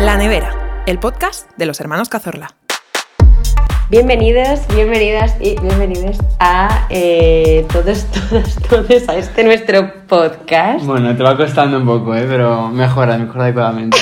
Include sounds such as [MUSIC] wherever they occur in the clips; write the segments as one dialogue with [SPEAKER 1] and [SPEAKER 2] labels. [SPEAKER 1] La Nevera, el podcast de los hermanos Cazorla.
[SPEAKER 2] Bienvenidos, bienvenidas y bienvenidos a eh, todos, [LAUGHS] todas, todos a este nuestro podcast.
[SPEAKER 3] Bueno, te va costando un poco, ¿eh? pero mejora, mejora adecuadamente.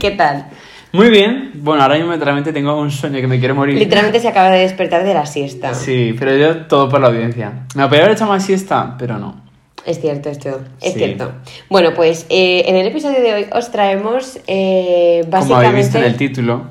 [SPEAKER 2] [LAUGHS] ¿Qué tal?
[SPEAKER 3] Muy bien, bueno, ahora mismo literalmente tengo un sueño que me quiero morir.
[SPEAKER 2] Literalmente se acaba de despertar de la siesta.
[SPEAKER 3] Sí, pero yo todo por la audiencia. Me podría haber hecho más siesta, pero no.
[SPEAKER 2] Es cierto esto, es
[SPEAKER 3] Sí.
[SPEAKER 2] cierto. Bueno, pues eh, en el episodio de hoy os traemos eh,
[SPEAKER 3] Como habéis visto en
[SPEAKER 2] básicamente...
[SPEAKER 3] el título.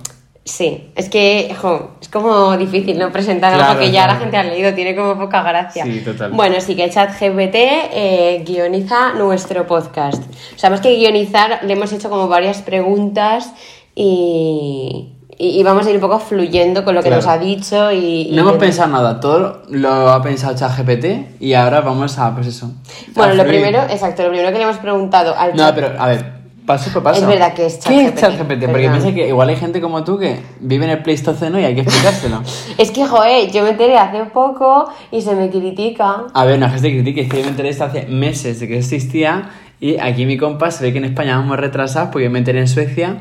[SPEAKER 2] Sí, es que, jo, es como difícil no presentar algo
[SPEAKER 3] Claro,
[SPEAKER 2] que ya
[SPEAKER 3] claro.
[SPEAKER 2] la gente ha leído, tiene como poca gracia.
[SPEAKER 3] Sí, total.
[SPEAKER 2] Bueno, sí que ChatGPT eh, guioniza nuestro podcast. O sea, más que guionizar, le hemos hecho como varias preguntas y, y- y vamos a ir un poco fluyendo con lo que
[SPEAKER 3] Claro.
[SPEAKER 2] nos ha dicho y... y-
[SPEAKER 3] No hemos pensado nada, todo lo ha pensado ChatGPT y ahora vamos a, pues eso.
[SPEAKER 2] Bueno,
[SPEAKER 3] a
[SPEAKER 2] lo
[SPEAKER 3] fluir.
[SPEAKER 2] primero, exacto, lo primero que le hemos preguntado al
[SPEAKER 3] No,
[SPEAKER 2] chat-
[SPEAKER 3] pero a ver, paso por paso.
[SPEAKER 2] Es verdad que es
[SPEAKER 3] ¿Qué
[SPEAKER 2] ChatGPT?
[SPEAKER 3] es ChatGPT? Porque
[SPEAKER 2] Perdón.
[SPEAKER 3] piensa que igual hay gente como tú que vive en el Pleistoceno y hay que
[SPEAKER 2] [LAUGHS]
[SPEAKER 3] explicárselo.
[SPEAKER 2] Es que, joe, yo me enteré hace poco y se me critica.
[SPEAKER 3] A ver, no es que se critique, es que yo me enteré esto hace meses de que existía y aquí mi compa se ve que en España vamos retrasados porque yo me enteré en Suecia,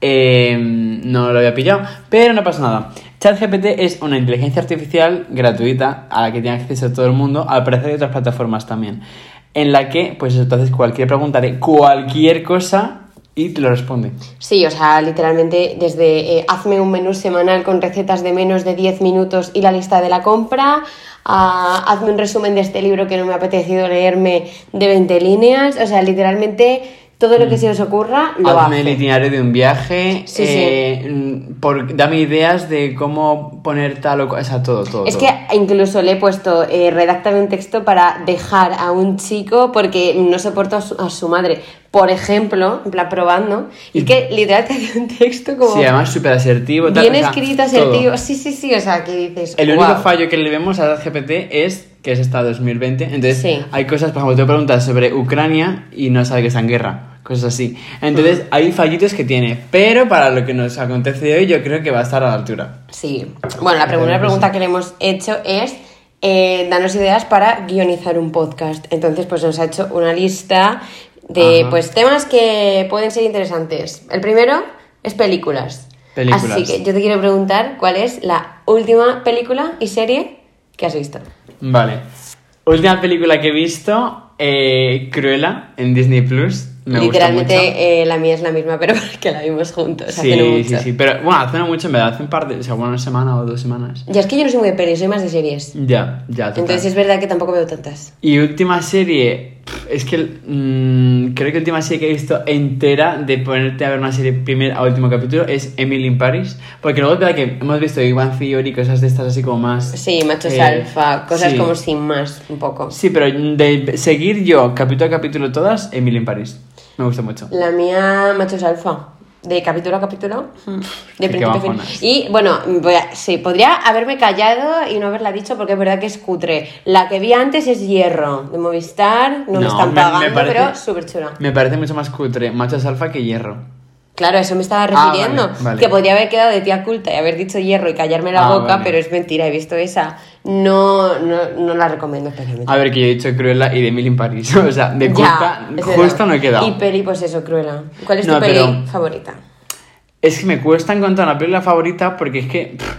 [SPEAKER 3] eh, no lo había pillado, pero no pasa nada. ChatGPT es una inteligencia artificial gratuita a la que tiene acceso todo el mundo, al parecer de otras plataformas también, en la que pues eso, tú haces cualquier pregunta de cualquier cosa y te lo responde.
[SPEAKER 2] Sí, o sea, literalmente desde eh, hazme un menú semanal con recetas de menos de 10 minutos y la lista de la compra, a hazme un resumen de este libro que no me ha apetecido leerme de 20 líneas, o sea, literalmente todo lo que se os ocurra lo
[SPEAKER 3] Mm. Hazme el
[SPEAKER 2] hace.
[SPEAKER 3] itinerario de un viaje,
[SPEAKER 2] Sí,
[SPEAKER 3] eh, mm, por- dame ideas de cómo poner tal o cosa, o sea, todo, todo.
[SPEAKER 2] Es
[SPEAKER 3] todo.
[SPEAKER 2] que incluso le he puesto, eh, redáctame un texto para dejar a un chico porque no soporto a su, a su madre, por ejemplo, en plan probando, y que literal te hace un texto como
[SPEAKER 3] Sí, además súper asertivo. tal,
[SPEAKER 2] bien
[SPEAKER 3] o sea,
[SPEAKER 2] escrito,
[SPEAKER 3] todo.
[SPEAKER 2] asertivo, sí, sí, sí, o sea, que dices...
[SPEAKER 3] El único
[SPEAKER 2] "Guau".
[SPEAKER 3] fallo que le vemos a GPT es que es hasta 2020. Entonces,
[SPEAKER 2] Sí.
[SPEAKER 3] hay cosas, por ejemplo, te preguntas sobre Ucrania y no sabe que está en guerra. Cosas así. Entonces, hay fallitos que tiene. Pero para lo que nos acontece hoy, yo creo que va a estar a la altura.
[SPEAKER 2] Sí. Bueno, la primera
[SPEAKER 3] Pero,
[SPEAKER 2] pregunta que le hemos hecho es, eh, danos ideas para guionizar un podcast. Entonces, pues nos ha hecho una lista de
[SPEAKER 3] Ajá.
[SPEAKER 2] pues temas que pueden ser interesantes. El primero es películas.
[SPEAKER 3] Películas.
[SPEAKER 2] Así que yo te quiero preguntar cuál es la última película y serie que has visto.
[SPEAKER 3] Vale. Última película que he visto: eh, Cruella en Disney Plus. Me
[SPEAKER 2] Literalmente
[SPEAKER 3] gustó mucho.
[SPEAKER 2] eh, la mía es la misma, [LAUGHS] pero que la vimos juntos hace no
[SPEAKER 3] Sí, sí,
[SPEAKER 2] mucho.
[SPEAKER 3] sí, pero bueno, hace no mucho, en verdad, hace un par de, o sea, bueno, una semana o dos semanas.
[SPEAKER 2] Ya es que yo no soy muy de pelis, soy más de series.
[SPEAKER 3] Ya, ya, total.
[SPEAKER 2] Entonces es verdad que tampoco veo tantas.
[SPEAKER 3] Y última serie. pf, Es que mm, creo que la última serie que he visto entera de ponerte a ver una serie primer a último capítulo es Emily in Paris. Porque luego es verdad que hemos visto Big Bang Theory, cosas de estas así como más.
[SPEAKER 2] Sí, machos
[SPEAKER 3] eh,
[SPEAKER 2] alfa, cosas
[SPEAKER 3] sí.
[SPEAKER 2] como sin más, un poco.
[SPEAKER 3] Sí, pero de seguir yo capítulo a capítulo todas, Emily in Paris. Me gusta mucho.
[SPEAKER 2] La mía, machos alfa. De capítulo a capítulo. De
[SPEAKER 3] qué
[SPEAKER 2] principio a fin.
[SPEAKER 3] bajonas.
[SPEAKER 2] Y bueno, voy a- sí, podría haberme callado y no haberla dicho porque es verdad que es cutre. La que vi antes es Hierro, de Movistar. No, me están pagando, pero súper chula.
[SPEAKER 3] Me parece mucho más cutre, machos alfa que hierro.
[SPEAKER 2] Claro, a eso me estaba
[SPEAKER 3] vale,
[SPEAKER 2] refiriendo.
[SPEAKER 3] Ah, vale.
[SPEAKER 2] Que podría haber quedado de tía culta y haber dicho Hierro y callarme la
[SPEAKER 3] Ah,
[SPEAKER 2] boca,
[SPEAKER 3] vale.
[SPEAKER 2] pero es mentira, he visto esa. No, no, no la recomiendo especialmente.
[SPEAKER 3] A ver, que yo he dicho Cruella y de Emily in Paris. [LAUGHS] o sea, de
[SPEAKER 2] Ya,
[SPEAKER 3] culpa,
[SPEAKER 2] es verdad.
[SPEAKER 3] justo no he quedado.
[SPEAKER 2] Y peli, pues eso, Cruella. ¿Cuál es tu
[SPEAKER 3] No,
[SPEAKER 2] peli
[SPEAKER 3] pero-
[SPEAKER 2] favorita?
[SPEAKER 3] Es que me cuesta encontrar una película favorita porque es que pff,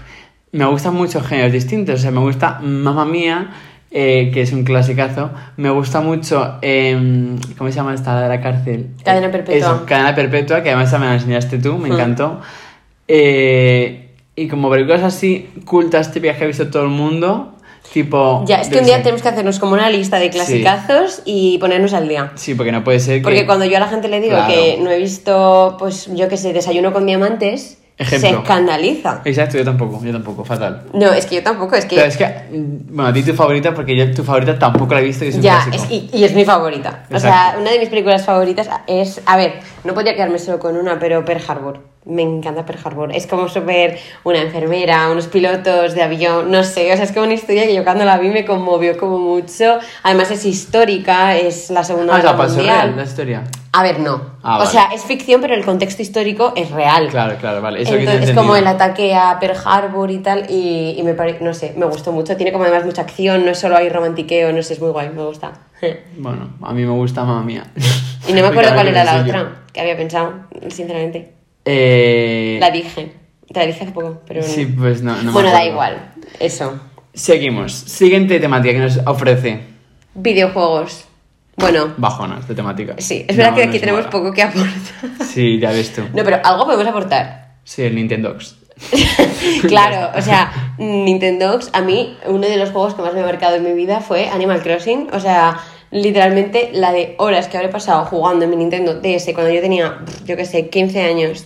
[SPEAKER 3] me gustan muchos géneros distintos. O sea, me gusta Mamma Mía, eh, que es un clasicazo. Me gusta mucho. em, ¿Cómo se llama esta la de la cárcel?
[SPEAKER 2] Cadena
[SPEAKER 3] Eh,
[SPEAKER 2] Perpetua.
[SPEAKER 3] eso, Cadena Perpetua, que además esa me la enseñaste tú, me
[SPEAKER 2] Mm.
[SPEAKER 3] encantó. Eh, y como películas así cultas, típicas que ha visto todo el mundo, tipo.
[SPEAKER 2] Ya, es que
[SPEAKER 3] yo
[SPEAKER 2] un día
[SPEAKER 3] sé.
[SPEAKER 2] tenemos que hacernos como una lista de clasicazos y ponernos al día.
[SPEAKER 3] Sí, porque no puede ser que.
[SPEAKER 2] Porque cuando yo a la gente le digo
[SPEAKER 3] Claro.
[SPEAKER 2] que no he visto, pues yo qué sé, desayuno con diamantes,
[SPEAKER 3] Ejemplo.
[SPEAKER 2] se escandaliza.
[SPEAKER 3] Exacto, yo tampoco, yo tampoco, fatal.
[SPEAKER 2] No, es que yo tampoco, es que.
[SPEAKER 3] Pero es que, mm, bueno, di tu favorita porque yo tu favorita tampoco la he visto y es un
[SPEAKER 2] ya,
[SPEAKER 3] clásico.
[SPEAKER 2] es- y, y es mi favorita. O sea,
[SPEAKER 3] Exacto.
[SPEAKER 2] una de mis películas favoritas es. A ver, no podría quedarme solo con una, pero Pearl Harbor. Me encanta Pearl Harbor. Es como súper una enfermera, unos pilotos de avión, no sé. O sea, es como una historia que yo cuando la vi me conmovió como mucho. Además, es histórica, es la Segunda
[SPEAKER 3] Ah, o
[SPEAKER 2] Guerra
[SPEAKER 3] sea, pasó
[SPEAKER 2] Mundial.
[SPEAKER 3] real la historia.
[SPEAKER 2] A ver, no.
[SPEAKER 3] Ah,
[SPEAKER 2] o
[SPEAKER 3] vale.
[SPEAKER 2] sea, es ficción, pero el contexto histórico es real.
[SPEAKER 3] Claro, claro, vale. Eso
[SPEAKER 2] Entonces,
[SPEAKER 3] que te he
[SPEAKER 2] es como el
[SPEAKER 3] entendido.
[SPEAKER 2] ataque a Pearl Harbor y tal, y, y me parece, no sé, me gustó mucho. Tiene como además mucha acción, no es solo hay romantiqueo, no sé, es muy guay, me gusta. [LAUGHS]
[SPEAKER 3] Bueno, a mí me gusta mamá mía.
[SPEAKER 2] Y no me acuerdo cuál era la
[SPEAKER 3] Porque a
[SPEAKER 2] otra que había pensado, sinceramente.
[SPEAKER 3] Eh,
[SPEAKER 2] La dije. Te la dije hace poco, pero. no.
[SPEAKER 3] Sí, pues no, no me
[SPEAKER 2] bueno, da
[SPEAKER 3] acuerdo.
[SPEAKER 2] igual. Eso.
[SPEAKER 3] Seguimos. Siguiente temática que nos ofrece.
[SPEAKER 2] Videojuegos. Bueno,
[SPEAKER 3] Bajonas de temática.
[SPEAKER 2] sí. Es verdad
[SPEAKER 3] No,
[SPEAKER 2] que
[SPEAKER 3] no
[SPEAKER 2] aquí
[SPEAKER 3] es
[SPEAKER 2] tenemos
[SPEAKER 3] mola.
[SPEAKER 2] poco que aportar. [LAUGHS]
[SPEAKER 3] Sí, ya ves tú.
[SPEAKER 2] No, pero algo podemos aportar.
[SPEAKER 3] Sí, el Nintendox.
[SPEAKER 2] [LAUGHS] claro, o sea, Nintendo, a mí uno de los juegos que más me ha marcado en mi vida fue Animal Crossing. O sea, literalmente la de horas que habré pasado jugando en mi Nintendo DS cuando yo tenía, pff, yo qué sé, 15 años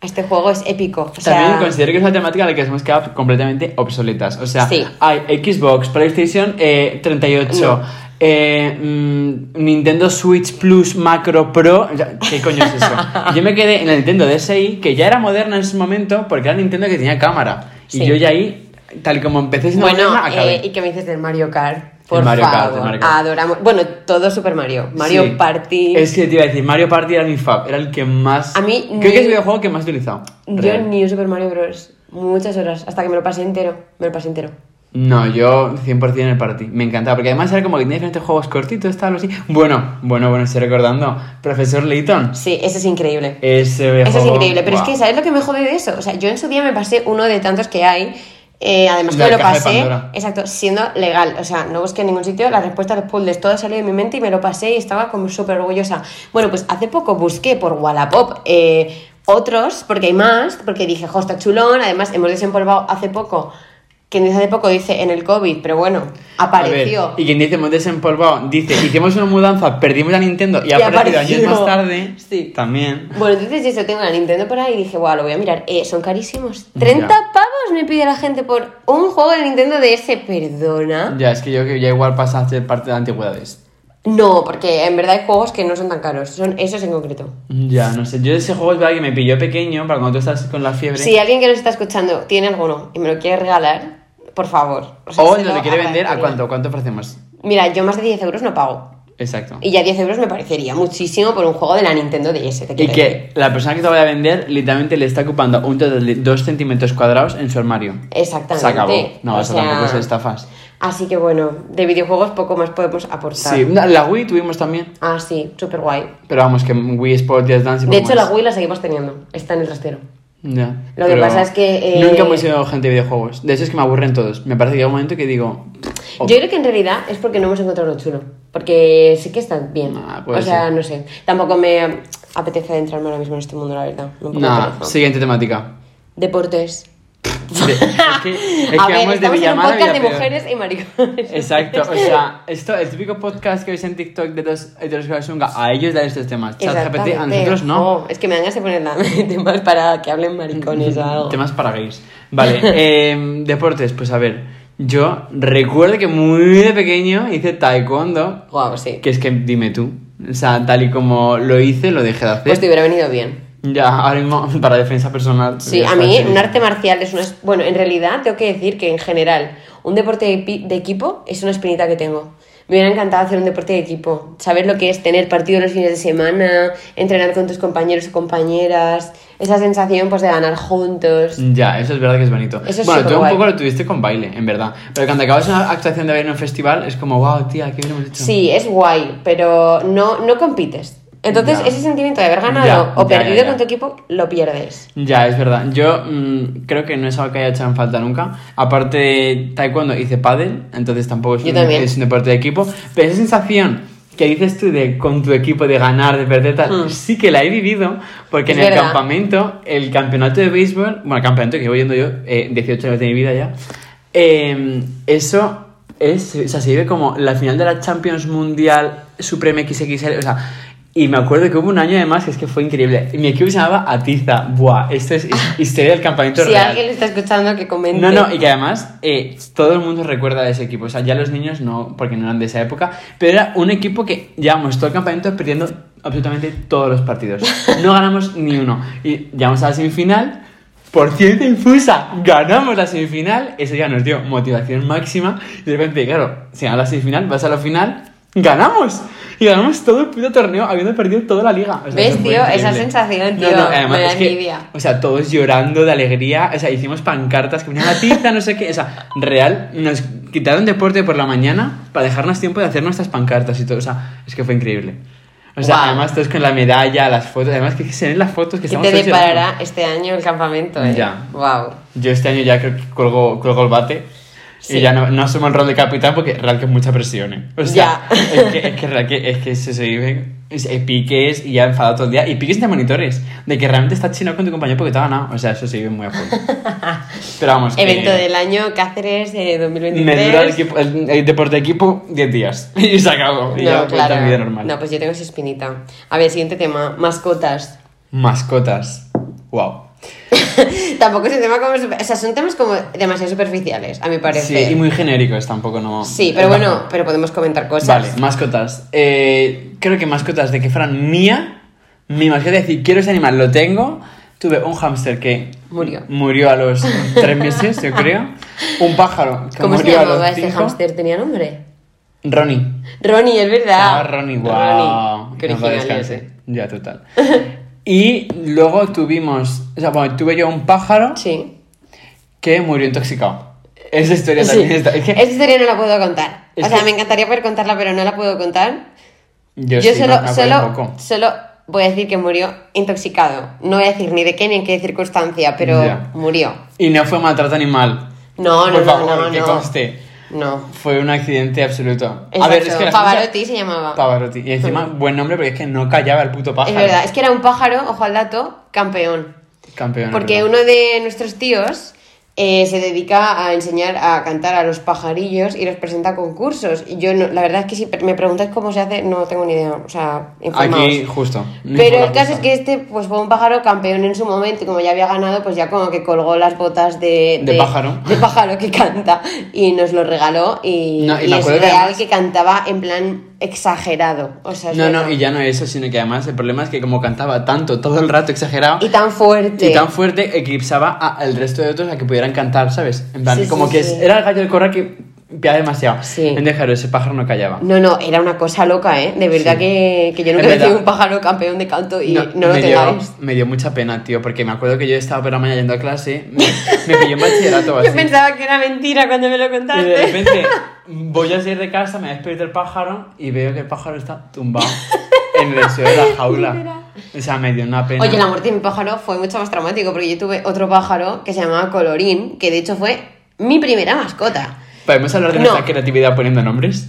[SPEAKER 2] a este juego es épico. O sea,
[SPEAKER 3] También considero que es una temática en la que hemos quedado completamente obsoletas. O sea,
[SPEAKER 2] Sí.
[SPEAKER 3] hay Xbox, PlayStation eh, 38,
[SPEAKER 2] No.
[SPEAKER 3] eh, mm, Nintendo Switch Plus Macro Pro. Ya, ¿Qué coño
[SPEAKER 2] [LAUGHS]
[SPEAKER 3] es eso? yo me quedé en la Nintendo DSi, que ya era moderna en su momento, porque era Nintendo que tenía cámara.
[SPEAKER 2] Sí.
[SPEAKER 3] Y yo ya ahí, tal y como empecé siendo
[SPEAKER 2] Bueno,
[SPEAKER 3] moderna, acabé.
[SPEAKER 2] eh, ¿y qué me dices del Mario Kart? Por
[SPEAKER 3] Mario Kart,
[SPEAKER 2] favor,
[SPEAKER 3] el Mario Kart.
[SPEAKER 2] adoramos. Bueno, todo Super Mario. Mario
[SPEAKER 3] Sí.
[SPEAKER 2] Party.
[SPEAKER 3] Es que te iba a decir, Mario Party era mi fab, era el que más.
[SPEAKER 2] A mí
[SPEAKER 3] Creo
[SPEAKER 2] ni-
[SPEAKER 3] que es el videojuego que más he utilizado.
[SPEAKER 2] Yo
[SPEAKER 3] Real.
[SPEAKER 2] ni un Super Mario Bros. Muchas horas, hasta que me lo pasé entero. Me lo pasé entero.
[SPEAKER 3] No, yo 100% en el party. Me encantaba, porque además era como que tenía diferentes juegos cortitos, tal, así. Bueno, bueno, bueno, estoy recordando. Profesor Layton.
[SPEAKER 2] Sí, eso es increíble.
[SPEAKER 3] Ese
[SPEAKER 2] Eso es
[SPEAKER 3] videojuego,
[SPEAKER 2] increíble, pero es
[SPEAKER 3] guau.
[SPEAKER 2] que ¿sabes lo que me jode de eso? O sea, yo en su día me pasé uno de tantos que hay, eh, además que
[SPEAKER 3] La
[SPEAKER 2] me lo
[SPEAKER 3] caja de
[SPEAKER 2] pasé,
[SPEAKER 3] Pandora.
[SPEAKER 2] exacto, siendo legal, o sea, no busqué en ningún sitio la respuesta a los puzzles, todo salió de mi mente y me lo pasé y estaba como súper orgullosa. Bueno, pues hace poco busqué por Wallapop eh, otros, porque hay más, porque dije, jo, está chulón, además hemos desempolvado hace poco, quien dice hace poco dice en el COVID, pero bueno,
[SPEAKER 3] A ver,
[SPEAKER 2] apareció.
[SPEAKER 3] y quien dice hemos desempolvado, dice hicimos una mudanza, perdimos la Nintendo y ha
[SPEAKER 2] Y
[SPEAKER 3] aparecido años
[SPEAKER 2] apareció.
[SPEAKER 3] más tarde.
[SPEAKER 2] Sí.
[SPEAKER 3] También.
[SPEAKER 2] Bueno, entonces yo tengo la Nintendo por ahí y dije, wow, lo voy a mirar. Eh, son carísimos. 30
[SPEAKER 3] Ya.
[SPEAKER 2] pavos me pide la gente por un juego de Nintendo DS, perdona.
[SPEAKER 3] Ya, es que yo que ya igual pasa a ser parte de antigüedades.
[SPEAKER 2] No, porque en verdad hay juegos que no son tan caros. Son esos en concreto.
[SPEAKER 3] Ya, no sé. Yo ese juego es verdad que me pilló pequeño para cuando tú estás con la fiebre.
[SPEAKER 2] Si alguien que nos está escuchando tiene alguno y me lo quiere regalar, por favor. sea,
[SPEAKER 3] o
[SPEAKER 2] se
[SPEAKER 3] nos
[SPEAKER 2] lo
[SPEAKER 3] lo quiere vender, ¿a
[SPEAKER 2] agradecería.
[SPEAKER 3] cuánto? ¿Cuánto ofrecemos?
[SPEAKER 2] Mira, yo más de 10 euros no pago.
[SPEAKER 3] Exacto.
[SPEAKER 2] Y ya 10 euros me parecería muchísimo por un juego de la Nintendo DS. te
[SPEAKER 3] Y
[SPEAKER 2] quiero decir.
[SPEAKER 3] que la persona que te vaya a vender literalmente le está ocupando un total de 2 centímetros cuadrados en su armario.
[SPEAKER 2] Exactamente.
[SPEAKER 3] Se acabó. No,
[SPEAKER 2] O
[SPEAKER 3] eso
[SPEAKER 2] sea,
[SPEAKER 3] tampoco es estafas.
[SPEAKER 2] Así que bueno, de videojuegos poco más podemos aportar.
[SPEAKER 3] Sí, na- la Wii tuvimos también.
[SPEAKER 2] Ah, sí, súper guay.
[SPEAKER 3] Pero vamos, que Wii Sport Just Dance. y
[SPEAKER 2] De
[SPEAKER 3] poco
[SPEAKER 2] hecho, la
[SPEAKER 3] más.
[SPEAKER 2] Wii la seguimos teniendo. Está en el trastero.
[SPEAKER 3] Ya.
[SPEAKER 2] Lo que
[SPEAKER 3] Pero
[SPEAKER 2] pasa es que, eh,
[SPEAKER 3] Nunca hemos sido gente de videojuegos. De hecho, es que me aburren todos. Me parece que hay un momento que digo. oh,
[SPEAKER 2] Yo creo que en realidad es porque no hemos encontrado lo chulo. Porque sí que está bien.
[SPEAKER 3] Ah, puede
[SPEAKER 2] o sea,
[SPEAKER 3] ser.
[SPEAKER 2] no sé. Tampoco me apetece adentrarme ahora mismo en este mundo, la verdad. Un poco
[SPEAKER 3] "Oh,
[SPEAKER 2] [LAUGHS]
[SPEAKER 3] nah,
[SPEAKER 2] de pereza.
[SPEAKER 3] siguiente temática.
[SPEAKER 2] Deportes.
[SPEAKER 3] De- es que,
[SPEAKER 2] [LAUGHS]
[SPEAKER 3] es
[SPEAKER 2] A
[SPEAKER 3] que
[SPEAKER 2] ver,
[SPEAKER 3] vamos de
[SPEAKER 2] estamos en un
[SPEAKER 3] Villamar a
[SPEAKER 2] podcast de
[SPEAKER 3] Villapeor.
[SPEAKER 2] mujeres y maricones.
[SPEAKER 3] Exacto,
[SPEAKER 2] Este-
[SPEAKER 3] o sea, esto, el típico podcast que veis en TikTok de dos heterosexuales chunga, a ellos dan estos temas. ChatGPT, a
[SPEAKER 2] Exactamente.
[SPEAKER 3] nosotros no.
[SPEAKER 2] Oh, es que me dan ganas de poner la [LAUGHS] temas para que hablen maricones
[SPEAKER 3] [LAUGHS]
[SPEAKER 2] o algo.
[SPEAKER 3] Temas para gays. Vale, eh, deportes, pues a ver. Yo recuerdo que muy de pequeño hice taekwondo,
[SPEAKER 2] Guau, sí.
[SPEAKER 3] que es que dime tú. O sea, tal y como lo hice, lo dejé de hacer.
[SPEAKER 2] Pues te hubiera venido bien.
[SPEAKER 3] Ya, ahora mismo, [LAUGHS] para defensa personal.
[SPEAKER 2] Sí,
[SPEAKER 3] ya
[SPEAKER 2] a
[SPEAKER 3] está,
[SPEAKER 2] mí
[SPEAKER 3] sí.
[SPEAKER 2] un arte marcial es una... Bueno, en realidad tengo que decir que en general un deporte de, pi- de equipo es una espinita que tengo. Me hubiera encantado hacer un deporte de equipo, saber lo que es tener partido los fines de semana, entrenar con tus compañeros o compañeras, esa sensación pues de ganar juntos.
[SPEAKER 3] Ya, eso es verdad que es bonito.
[SPEAKER 2] Eso es
[SPEAKER 3] bueno, tú un
[SPEAKER 2] superguay.
[SPEAKER 3] poco lo tuviste con baile, en verdad. Pero cuando acabas una actuación de baile en un festival, es como, wow, tía, ¿qué hubiéramos hecho?
[SPEAKER 2] Sí, es guay, pero no, no compites. Entonces
[SPEAKER 3] Ya.
[SPEAKER 2] ese sentimiento de haber ganado
[SPEAKER 3] Ya,
[SPEAKER 2] o
[SPEAKER 3] ya,
[SPEAKER 2] perdido
[SPEAKER 3] ya, ya.
[SPEAKER 2] con tu equipo lo pierdes.
[SPEAKER 3] Ya, es verdad. Yo mm, creo que no es algo que haya hecho en falta nunca. Aparte de taekwondo, hice pádel, entonces tampoco es,
[SPEAKER 2] Yo
[SPEAKER 3] un,
[SPEAKER 2] también.
[SPEAKER 3] es un deporte de equipo. Pero esa sensación que dices tú de con tu equipo de ganar, de perder, tal,
[SPEAKER 2] Mm.
[SPEAKER 3] sí que la he vivido. Porque
[SPEAKER 2] Es
[SPEAKER 3] en el
[SPEAKER 2] verdad.
[SPEAKER 3] campamento, el campeonato de béisbol, bueno, el campeonato que voy yendo yo eh, 18 años de mi vida ya, eh, eso es, o sea, se vive como la final de la Champions Mundial Supreme XXL, o sea, y me acuerdo que hubo un año además que es que fue increíble. Mi equipo se llamaba Atiza, buah, esto es his- historia del campamento
[SPEAKER 2] Si
[SPEAKER 3] real.
[SPEAKER 2] alguien lo está escuchando que comente.
[SPEAKER 3] No, no, y que además eh, todo el mundo recuerda de ese equipo. O sea, ya los niños no, porque no eran de esa época, pero era un equipo que llevamos todo el campamento perdiendo absolutamente todos los partidos. No ganamos ni uno. Y llegamos a la semifinal, por cierta infusa, ganamos la semifinal. Eso ya nos dio motivación máxima. Y de repente, claro, si ganas la semifinal, vas a la final, ganamos. Y ganamos todo el puto torneo habiendo perdido toda la liga. O sea,
[SPEAKER 2] ¿Ves,
[SPEAKER 3] eso fue
[SPEAKER 2] tío? Esa
[SPEAKER 3] increíble.
[SPEAKER 2] sensación, tío, me da
[SPEAKER 3] es que-
[SPEAKER 2] envidia.
[SPEAKER 3] o sea, todos llorando de alegría. O sea, hicimos pancartas que venían a la pizza, no sé qué. O sea, real, nos quitaron deporte por la mañana para dejarnos tiempo de hacer nuestras pancartas y todo. O sea, es que fue increíble. O sea,
[SPEAKER 2] Guau.
[SPEAKER 3] además todos con la medalla, las fotos. Además que se ven las fotos que
[SPEAKER 2] ¿Qué
[SPEAKER 3] estamos
[SPEAKER 2] te
[SPEAKER 3] todos
[SPEAKER 2] deparará
[SPEAKER 3] llorando.
[SPEAKER 2] este año el campamento? Eh?
[SPEAKER 3] Ya.
[SPEAKER 2] Wow.
[SPEAKER 3] Yo este año ya creo que colgo, colgo el bate.
[SPEAKER 2] Sí.
[SPEAKER 3] Y ya no, no asumo el rol de capitán porque real que es mucha presión. ¿eh? O sea, es que, es que real que, es que se se vive es- eh, piques y ya enfadado todo el día. Y piques de monitores. De que realmente estás chino con tu compañero porque te ha ganado. O sea, eso se vive muy a
[SPEAKER 2] [LAUGHS]
[SPEAKER 3] fondo. Pero vamos. que-
[SPEAKER 2] Evento del año Cáceres eh, de 2023.
[SPEAKER 3] Eh, Me dura el, equipo- el- el deporte de equipo 10 días. [LAUGHS] Y se acabó. Y ya
[SPEAKER 2] No,
[SPEAKER 3] vuelta a mi
[SPEAKER 2] claro.
[SPEAKER 3] vida normal.
[SPEAKER 2] No, pues yo tengo esa espinita. A ver, siguiente tema. Mascotas. [LAUGHS]
[SPEAKER 3] Mascotas. Wow.
[SPEAKER 2] Tampoco es un tema como... super- O sea, son temas como demasiado superficiales, a mi parecer.
[SPEAKER 3] Sí, y muy genéricos tampoco no.
[SPEAKER 2] Sí, pero
[SPEAKER 3] Bajo.
[SPEAKER 2] bueno, pero podemos comentar cosas.
[SPEAKER 3] Vale, mascotas. Eh, creo que mascotas de que fueran mía, mi mascota, es decir, quiero ese animal, lo tengo. Tuve un hámster que
[SPEAKER 2] Murió.
[SPEAKER 3] murió a los tres meses, yo
[SPEAKER 2] [LAUGHS]
[SPEAKER 3] creo. Un pájaro que
[SPEAKER 2] ¿Cómo se
[SPEAKER 3] murió a
[SPEAKER 2] llamaba
[SPEAKER 3] los
[SPEAKER 2] este
[SPEAKER 3] cinco.
[SPEAKER 2] hámster? ¿Tenía nombre?
[SPEAKER 3] Ronnie.
[SPEAKER 2] Ronnie, es verdad.
[SPEAKER 3] Ah, Ronnie, wow.
[SPEAKER 2] Ronnie. Qué
[SPEAKER 3] Que en paz
[SPEAKER 2] original
[SPEAKER 3] descanse.
[SPEAKER 2] ese. [LAUGHS]
[SPEAKER 3] Ya, total. y luego tuvimos, o sea, bueno, tuve yo un pájaro
[SPEAKER 2] Sí.
[SPEAKER 3] que murió intoxicado. Esa historia
[SPEAKER 2] Sí. Eh,
[SPEAKER 3] también está. Es que
[SPEAKER 2] Esa historia no la puedo contar.
[SPEAKER 3] Es
[SPEAKER 2] o sea,
[SPEAKER 3] que-
[SPEAKER 2] me encantaría poder contarla, pero no la puedo contar.
[SPEAKER 3] yo, sí, me-
[SPEAKER 2] solo,
[SPEAKER 3] me acuerdo un
[SPEAKER 2] solo,
[SPEAKER 3] poco.
[SPEAKER 2] solo voy a decir que murió intoxicado. No voy a decir ni de qué ni en qué circunstancia, pero
[SPEAKER 3] Ya.
[SPEAKER 2] murió.
[SPEAKER 3] Y no fue maltrato animal.
[SPEAKER 2] No, no,
[SPEAKER 3] Por
[SPEAKER 2] no,
[SPEAKER 3] favor,
[SPEAKER 2] no,
[SPEAKER 3] que
[SPEAKER 2] no.
[SPEAKER 3] conste.
[SPEAKER 2] No.
[SPEAKER 3] Fue un accidente absoluto.
[SPEAKER 2] Exacto.
[SPEAKER 3] A ver, es que la
[SPEAKER 2] Pavarotti
[SPEAKER 3] gente-
[SPEAKER 2] se llamaba.
[SPEAKER 3] Pavarotti. Y encima, buen nombre, porque es que no callaba el puto
[SPEAKER 2] Es
[SPEAKER 3] pájaro.
[SPEAKER 2] verdad, es que era un pájaro, ojo al dato, campeón.
[SPEAKER 3] Campeón. es
[SPEAKER 2] Porque
[SPEAKER 3] verdad.
[SPEAKER 2] uno de nuestros tíos eh, se dedica a enseñar a cantar a los pajarillos y los presenta a concursos. Y yo, no- la verdad es que si pre- me preguntáis cómo se hace, no tengo ni idea. O sea, informaos.
[SPEAKER 3] Aquí, justo.
[SPEAKER 2] Pero el caso es que este pues fue un pájaro campeón en su momento y como ya había ganado, pues ya como que colgó las botas de,
[SPEAKER 3] De pájaro.
[SPEAKER 2] De pájaro que canta y nos lo regaló y,
[SPEAKER 3] No, y
[SPEAKER 2] y
[SPEAKER 3] me
[SPEAKER 2] es
[SPEAKER 3] acuerdo que
[SPEAKER 2] real
[SPEAKER 3] además-
[SPEAKER 2] que cantaba en plan exagerado. O sea, es
[SPEAKER 3] No, no,
[SPEAKER 2] verdad.
[SPEAKER 3] y ya no eso, sino que además el problema es que como cantaba tanto, todo el rato exagerado,
[SPEAKER 2] Y tan fuerte.
[SPEAKER 3] Y tan fuerte eclipsaba a- al resto de otros a que pudieran cantar, ¿sabes? En plan,
[SPEAKER 2] Sí, sí,
[SPEAKER 3] como que
[SPEAKER 2] sí.
[SPEAKER 3] era el gallo del corral que pía demasiado.
[SPEAKER 2] Sí.
[SPEAKER 3] Entonces, claro, ese pájaro no callaba.
[SPEAKER 2] No, no, era una cosa loca, ¿eh? De verdad
[SPEAKER 3] Sí.
[SPEAKER 2] que, que yo nunca
[SPEAKER 3] Es
[SPEAKER 2] he sido
[SPEAKER 3] verdad.
[SPEAKER 2] un pájaro campeón de canto y no, lo
[SPEAKER 3] me dio,
[SPEAKER 2] tengáis.
[SPEAKER 3] me dio mucha pena, tío, porque me acuerdo que yo estaba por la mañana yendo a clase, me, me pilló
[SPEAKER 2] [LAUGHS]
[SPEAKER 3] en bachillerato o así.
[SPEAKER 2] Yo pensaba que era mentira cuando me lo
[SPEAKER 3] y
[SPEAKER 2] contaste. [LAUGHS]
[SPEAKER 3] de repente voy a salir de casa, me despierto el pájaro y veo que el pájaro está tumbado en el suelo
[SPEAKER 2] [LAUGHS]
[SPEAKER 3] de la jaula. O sea, me dio una pena.
[SPEAKER 2] Oye, la muerte de mi pájaro fue mucho más traumático porque yo tuve otro pájaro que se llamaba Colorín, que de hecho fue mi primera mascota.
[SPEAKER 3] ¿Podemos hablar de
[SPEAKER 2] No.
[SPEAKER 3] nuestra creatividad
[SPEAKER 2] [LAUGHS]
[SPEAKER 3] poniendo nombres?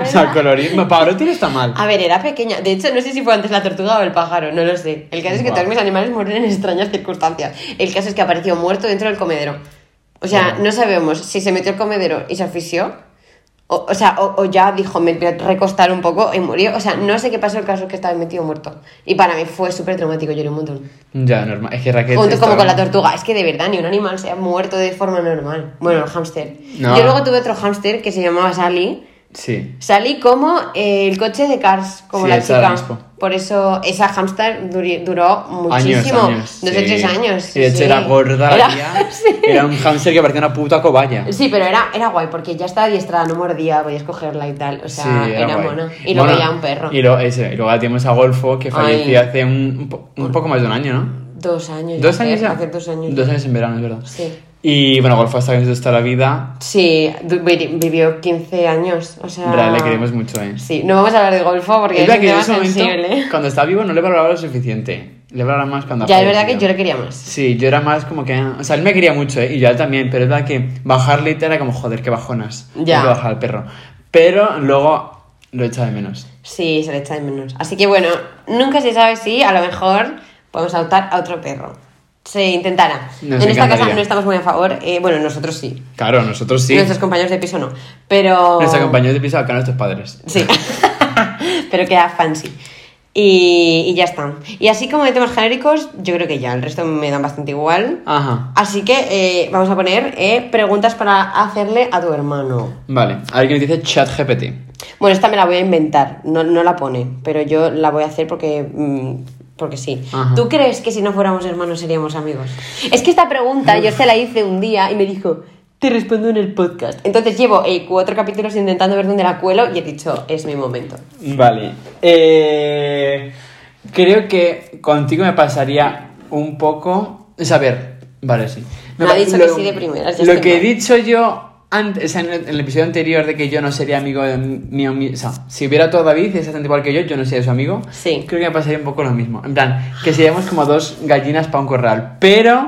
[SPEAKER 3] o sea, colorismo. Pavarotti no está mal.
[SPEAKER 2] A ver, era pequeña. De hecho, no sé si fue antes la tortuga o el pájaro, no lo sé. El caso es que
[SPEAKER 3] Guau.
[SPEAKER 2] todos mis animales mueren en extrañas circunstancias. El caso es que apareció muerto dentro del comedero. O sea,
[SPEAKER 3] Guau.
[SPEAKER 2] no sabemos si se metió al comedero y se asfixió. O, o sea, o, o ya dijo, me voy a recostar un poco y murió. O sea, no sé qué pasó el caso que estaba metido muerto. Y para mí fue súper traumático, lloré un montón.
[SPEAKER 3] Ya, normal. Es que Raquel.
[SPEAKER 2] Junto como
[SPEAKER 3] estaba-
[SPEAKER 2] con la tortuga. Es que de verdad ni un animal se ha muerto de forma normal. Bueno, el hámster.
[SPEAKER 3] No.
[SPEAKER 2] Yo luego tuve otro hámster que se llamaba Sally.
[SPEAKER 3] Sí.
[SPEAKER 2] Salí como eh, el coche de Cars, como
[SPEAKER 3] Sí,
[SPEAKER 2] la
[SPEAKER 3] esa
[SPEAKER 2] chica.
[SPEAKER 3] la conozco.
[SPEAKER 2] Por eso esa hamster duró
[SPEAKER 3] Años,
[SPEAKER 2] muchísimo.
[SPEAKER 3] años.
[SPEAKER 2] dos
[SPEAKER 3] sí.
[SPEAKER 2] o tres años.
[SPEAKER 3] Y de hecho
[SPEAKER 2] sí.
[SPEAKER 3] era gorda la
[SPEAKER 2] Era-
[SPEAKER 3] tía.
[SPEAKER 2] [LAUGHS] sí.
[SPEAKER 3] Era un hamster que parecía una puta cobaya.
[SPEAKER 2] Sí, pero era, era guay porque ya estaba adiestrada, no mordía, podías cogerla y tal. O sea,
[SPEAKER 3] sí,
[SPEAKER 2] era,
[SPEAKER 3] guay.
[SPEAKER 2] mona. Y luego
[SPEAKER 3] Bueno,
[SPEAKER 2] ya un perro.
[SPEAKER 3] Y luego, ese, y luego la tuvimos a Golfo, que falleció
[SPEAKER 2] Ay.
[SPEAKER 3] hace un, un po- un poco más de un año, ¿no?
[SPEAKER 2] Dos años.
[SPEAKER 3] ¿Dos
[SPEAKER 2] hace-
[SPEAKER 3] años ya?
[SPEAKER 2] Hace dos años.
[SPEAKER 3] Dos años en verano, es verdad.
[SPEAKER 2] Sí.
[SPEAKER 3] Y bueno, Golfo ha estado con nosotros toda la vida.
[SPEAKER 2] Sí, du- vi- vivió 15 años. O sea.
[SPEAKER 3] En realidad le queremos mucho, ¿eh?
[SPEAKER 2] Sí, no vamos a hablar de golfo porque es,
[SPEAKER 3] verdad
[SPEAKER 2] un
[SPEAKER 3] que yo en
[SPEAKER 2] tema
[SPEAKER 3] ese momento,
[SPEAKER 2] sensible.
[SPEAKER 3] [LAUGHS] cuando estaba vivo, no le valoraba lo suficiente. Le valoraba más cuando ha
[SPEAKER 2] Ya, es verdad que
[SPEAKER 3] fallecido.
[SPEAKER 2] yo le quería más.
[SPEAKER 3] Sí, yo era más como que. O sea, él me quería mucho, ¿eh? Y yo a él también, pero es verdad que bajarle y tal era como, joder, qué bajonas.
[SPEAKER 2] Ya.
[SPEAKER 3] Hay que bajar al perro. Pero luego lo he echado de menos.
[SPEAKER 2] Sí, se le echa de menos. Así que bueno, nunca se sabe si a lo mejor podemos adoptar a otro perro. Se intentará.
[SPEAKER 3] Nos
[SPEAKER 2] en esta casa
[SPEAKER 3] encantaría.
[SPEAKER 2] no estamos muy a favor. eh, bueno, nosotros sí.
[SPEAKER 3] Claro, nosotros sí.
[SPEAKER 2] Nuestros compañeros de piso no. Pero.
[SPEAKER 3] Nuestros compañeros de piso acá, nuestros padres.
[SPEAKER 2] Sí. [LAUGHS] pero queda fancy. Y, y ya está. Y así como de temas genéricos, yo creo que ya. El resto me dan bastante igual.
[SPEAKER 3] Ajá.
[SPEAKER 2] Así que eh, vamos a poner eh, preguntas para hacerle a tu hermano.
[SPEAKER 3] Vale, a ver qué nos dice ChatGPT.
[SPEAKER 2] Bueno, esta me la voy a inventar, no, no la pone, pero yo la voy a hacer porque, mm, porque sí.
[SPEAKER 3] Ajá.
[SPEAKER 2] ¿Tú crees que si no fuéramos hermanos seríamos amigos? Es que esta pregunta yo se la hice un día y me dijo, te respondo en el podcast. Entonces llevo eh, cuatro capítulos intentando ver dónde la cuelo y he dicho, es mi momento.
[SPEAKER 3] Vale. Eh, creo que contigo me pasaría un poco. Es a ver, vale, sí.
[SPEAKER 2] Me ha
[SPEAKER 3] pa-
[SPEAKER 2] dicho que sí de primeras, ya
[SPEAKER 3] Lo
[SPEAKER 2] estoy
[SPEAKER 3] que he
[SPEAKER 2] mal.
[SPEAKER 3] dicho yo ant- o sea, en, el, en el episodio anterior de que yo no sería amigo de mi, mi- o sea, si hubiera todo David exactamente igual que yo, yo no sería su amigo.
[SPEAKER 2] Sí.
[SPEAKER 3] Creo que me pasaría un poco lo mismo. En plan, que seríamos como dos gallinas para un corral. Pero.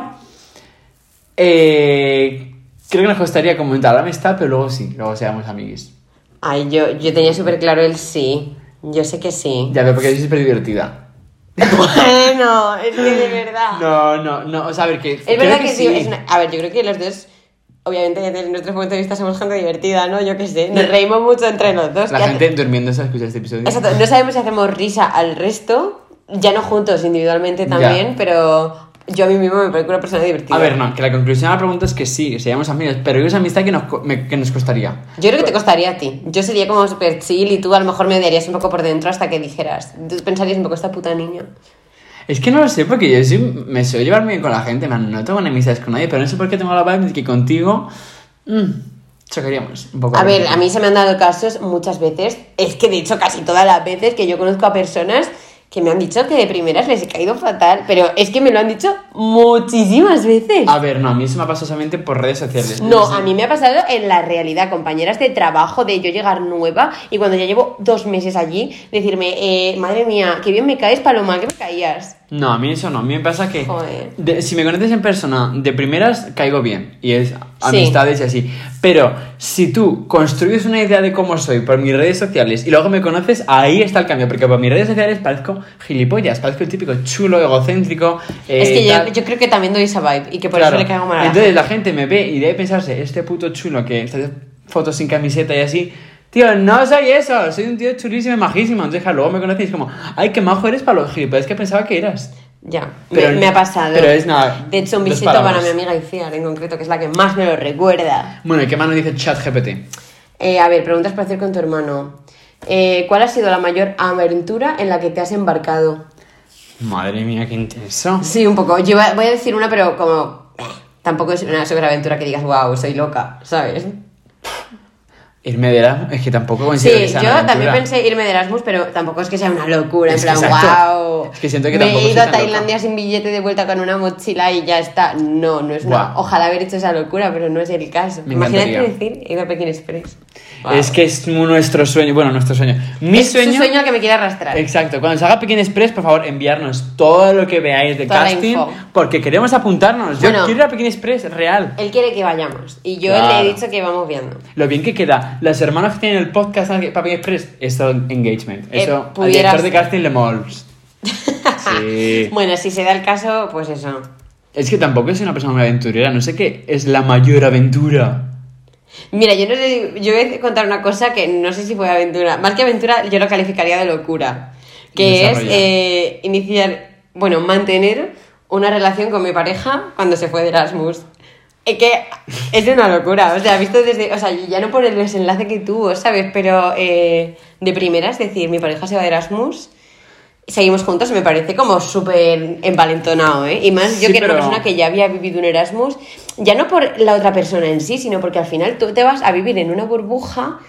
[SPEAKER 3] eh, creo que nos costaría comentar la amistad, pero luego sí, luego seamos amiguis.
[SPEAKER 2] Ay, yo, yo tenía súper claro el sí. Yo sé que sí.
[SPEAKER 3] Ya veo, porque es súper divertida.
[SPEAKER 2] [LAUGHS] bueno, es que de verdad.
[SPEAKER 3] No, no, no, o sea, a ver que.
[SPEAKER 2] Ah. Es verdad que, sí. es una- a ver, yo creo que los dos, obviamente desde nuestro punto de vista somos gente divertida, ¿no? Yo qué sé, nos reímos mucho entre los dos.
[SPEAKER 3] La
[SPEAKER 2] Ya-
[SPEAKER 3] gente durmiendo se escucha este episodio.
[SPEAKER 2] Exacto, no sabemos si hacemos risa al resto, ya no juntos, individualmente también,
[SPEAKER 3] Ya.
[SPEAKER 2] pero yo a mí mismo me parezco una persona divertida.
[SPEAKER 3] A ver, no, que la conclusión a la pregunta es que sí, que seríamos amigos, pero es amistad que nos, co- me- que nos costaría.
[SPEAKER 2] Yo creo que te costaría a ti. Yo sería como super chill y tú a lo mejor me odiarías un poco por dentro hasta que dijeras. Tú pensarías un poco esta puta niña.
[SPEAKER 3] Es que no lo sé, porque yo sí me suelo llevar bien con la gente, man, no tengo enemistades con nadie, pero no sé por qué tengo la vibe de que contigo mm, chocaríamos un poco.
[SPEAKER 2] A ver, a mí se me han dado casos muchas veces, es que de hecho casi todas las veces que yo conozco a personas que me han dicho que de primeras les he caído fatal, pero es que me lo han dicho muchísimas veces.
[SPEAKER 3] A ver, no, a mí eso me ha pasado solamente por redes sociales.
[SPEAKER 2] No,
[SPEAKER 3] sé.
[SPEAKER 2] a mí me ha pasado en la realidad, compañeras de trabajo, de yo llegar nueva y cuando ya llevo dos meses allí, decirme, eh, madre mía, qué bien me caes, Paloma, que me caías.
[SPEAKER 3] No, a mí eso no. A mí me pasa que
[SPEAKER 2] Joder.
[SPEAKER 3] de- si me conoces en persona, de primeras caigo bien. Y es
[SPEAKER 2] Sí.
[SPEAKER 3] amistades y así. Pero si tú construyes una idea de cómo soy por mis redes sociales y luego me conoces, ahí está el cambio. Porque por mis redes sociales parezco gilipollas, parezco el típico chulo, egocéntrico. eh,
[SPEAKER 2] es que yo,
[SPEAKER 3] tal.
[SPEAKER 2] yo creo que también doy esa vibe y que por
[SPEAKER 3] Claro.
[SPEAKER 2] eso le caigo mal. a la
[SPEAKER 3] Entonces la gente me ve y debe pensarse, este puto chulo que hace fotos sin camiseta y así. Tío, no soy eso, soy un tío chulísimo y majísimo. Entonces, claro, luego me conocéis como, ay, qué majo eres para los gilipollas que pensaba que eras.
[SPEAKER 2] Ya,
[SPEAKER 3] Pero-
[SPEAKER 2] me, me ha pasado.
[SPEAKER 3] pero es nada,
[SPEAKER 2] De hecho, un
[SPEAKER 3] dos
[SPEAKER 2] besito para
[SPEAKER 3] palabras.
[SPEAKER 2] mi amiga Iciar en concreto, que es la que más me lo recuerda.
[SPEAKER 3] Bueno, ¿y qué más nos dice ChatGPT?
[SPEAKER 2] Eh, a ver, preguntas para hacer con tu hermano. Eh, ¿Cuál ha sido la mayor aventura en la que te has embarcado?
[SPEAKER 3] Madre mía, qué intenso.
[SPEAKER 2] Sí, un poco. Yo iba- voy a decir una, pero como. Tampoco es una superaventura que digas, wow, soy loca, ¿sabes?
[SPEAKER 3] Irme de Erasmus, es que tampoco
[SPEAKER 2] Sí,
[SPEAKER 3] considero
[SPEAKER 2] yo
[SPEAKER 3] que sea una aventura.
[SPEAKER 2] también pensé irme de Erasmus, pero tampoco es que sea una locura,
[SPEAKER 3] Es
[SPEAKER 2] en
[SPEAKER 3] que
[SPEAKER 2] plan,
[SPEAKER 3] exacto.
[SPEAKER 2] wow.
[SPEAKER 3] Es que siento que
[SPEAKER 2] me
[SPEAKER 3] tampoco
[SPEAKER 2] he
[SPEAKER 3] soy
[SPEAKER 2] ido a
[SPEAKER 3] tan loca.
[SPEAKER 2] Tailandia sin billete de vuelta con una mochila y ya está. No, no es una.
[SPEAKER 3] Guau.
[SPEAKER 2] Ojalá haber hecho esa locura, pero no es el caso.
[SPEAKER 3] Me
[SPEAKER 2] Imagínate
[SPEAKER 3] encantaría.
[SPEAKER 2] decir, he ido a Pekín Express.
[SPEAKER 3] Es que es nuestro sueño, bueno, nuestro sueño. Mi
[SPEAKER 2] es
[SPEAKER 3] sueño...
[SPEAKER 2] un sueño al que me quiere arrastrar.
[SPEAKER 3] Exacto, cuando se haga Pekín Express, por favor, enviarnos todo lo que veáis de
[SPEAKER 2] Toda la
[SPEAKER 3] casting,
[SPEAKER 2] info.
[SPEAKER 3] porque queremos apuntarnos. Yo
[SPEAKER 2] Bueno.
[SPEAKER 3] quiero ir a Pekín Express real.
[SPEAKER 2] Él quiere que vayamos y yo
[SPEAKER 3] Claro.
[SPEAKER 2] le he dicho que vamos viendo.
[SPEAKER 3] Lo bien que queda. Las hermanas que tienen el podcast para Pekín Express, eso engagement.
[SPEAKER 2] Eh,
[SPEAKER 3] Eso, al
[SPEAKER 2] pudieras-
[SPEAKER 3] director de casting
[SPEAKER 2] [LAUGHS]
[SPEAKER 3] le mols. Sí.
[SPEAKER 2] Bueno, si se da el caso, pues eso.
[SPEAKER 3] Es que tampoco soy una persona muy aventurera, no sé qué es la mayor aventura.
[SPEAKER 2] Mira, yo no sé, yo voy a contar una cosa que no sé si fue aventura. Más que aventura, yo lo calificaría de locura. Que es
[SPEAKER 3] Desarrolla.
[SPEAKER 2] eh, iniciar, bueno, mantener una relación con mi pareja cuando se fue de Erasmus. Es que es una locura, o sea, visto desde, o sea, ya no por el desenlace que tuvo, ¿sabes? Pero eh, de primera, es decir, mi pareja se va de Erasmus, seguimos juntos, me parece como súper envalentonado, ¿eh? Y más yo
[SPEAKER 3] Sí,
[SPEAKER 2] que era una
[SPEAKER 3] pero-
[SPEAKER 2] persona que ya había vivido un Erasmus, ya no por la otra persona en sí, sino porque al final tú te vas a vivir en una burbuja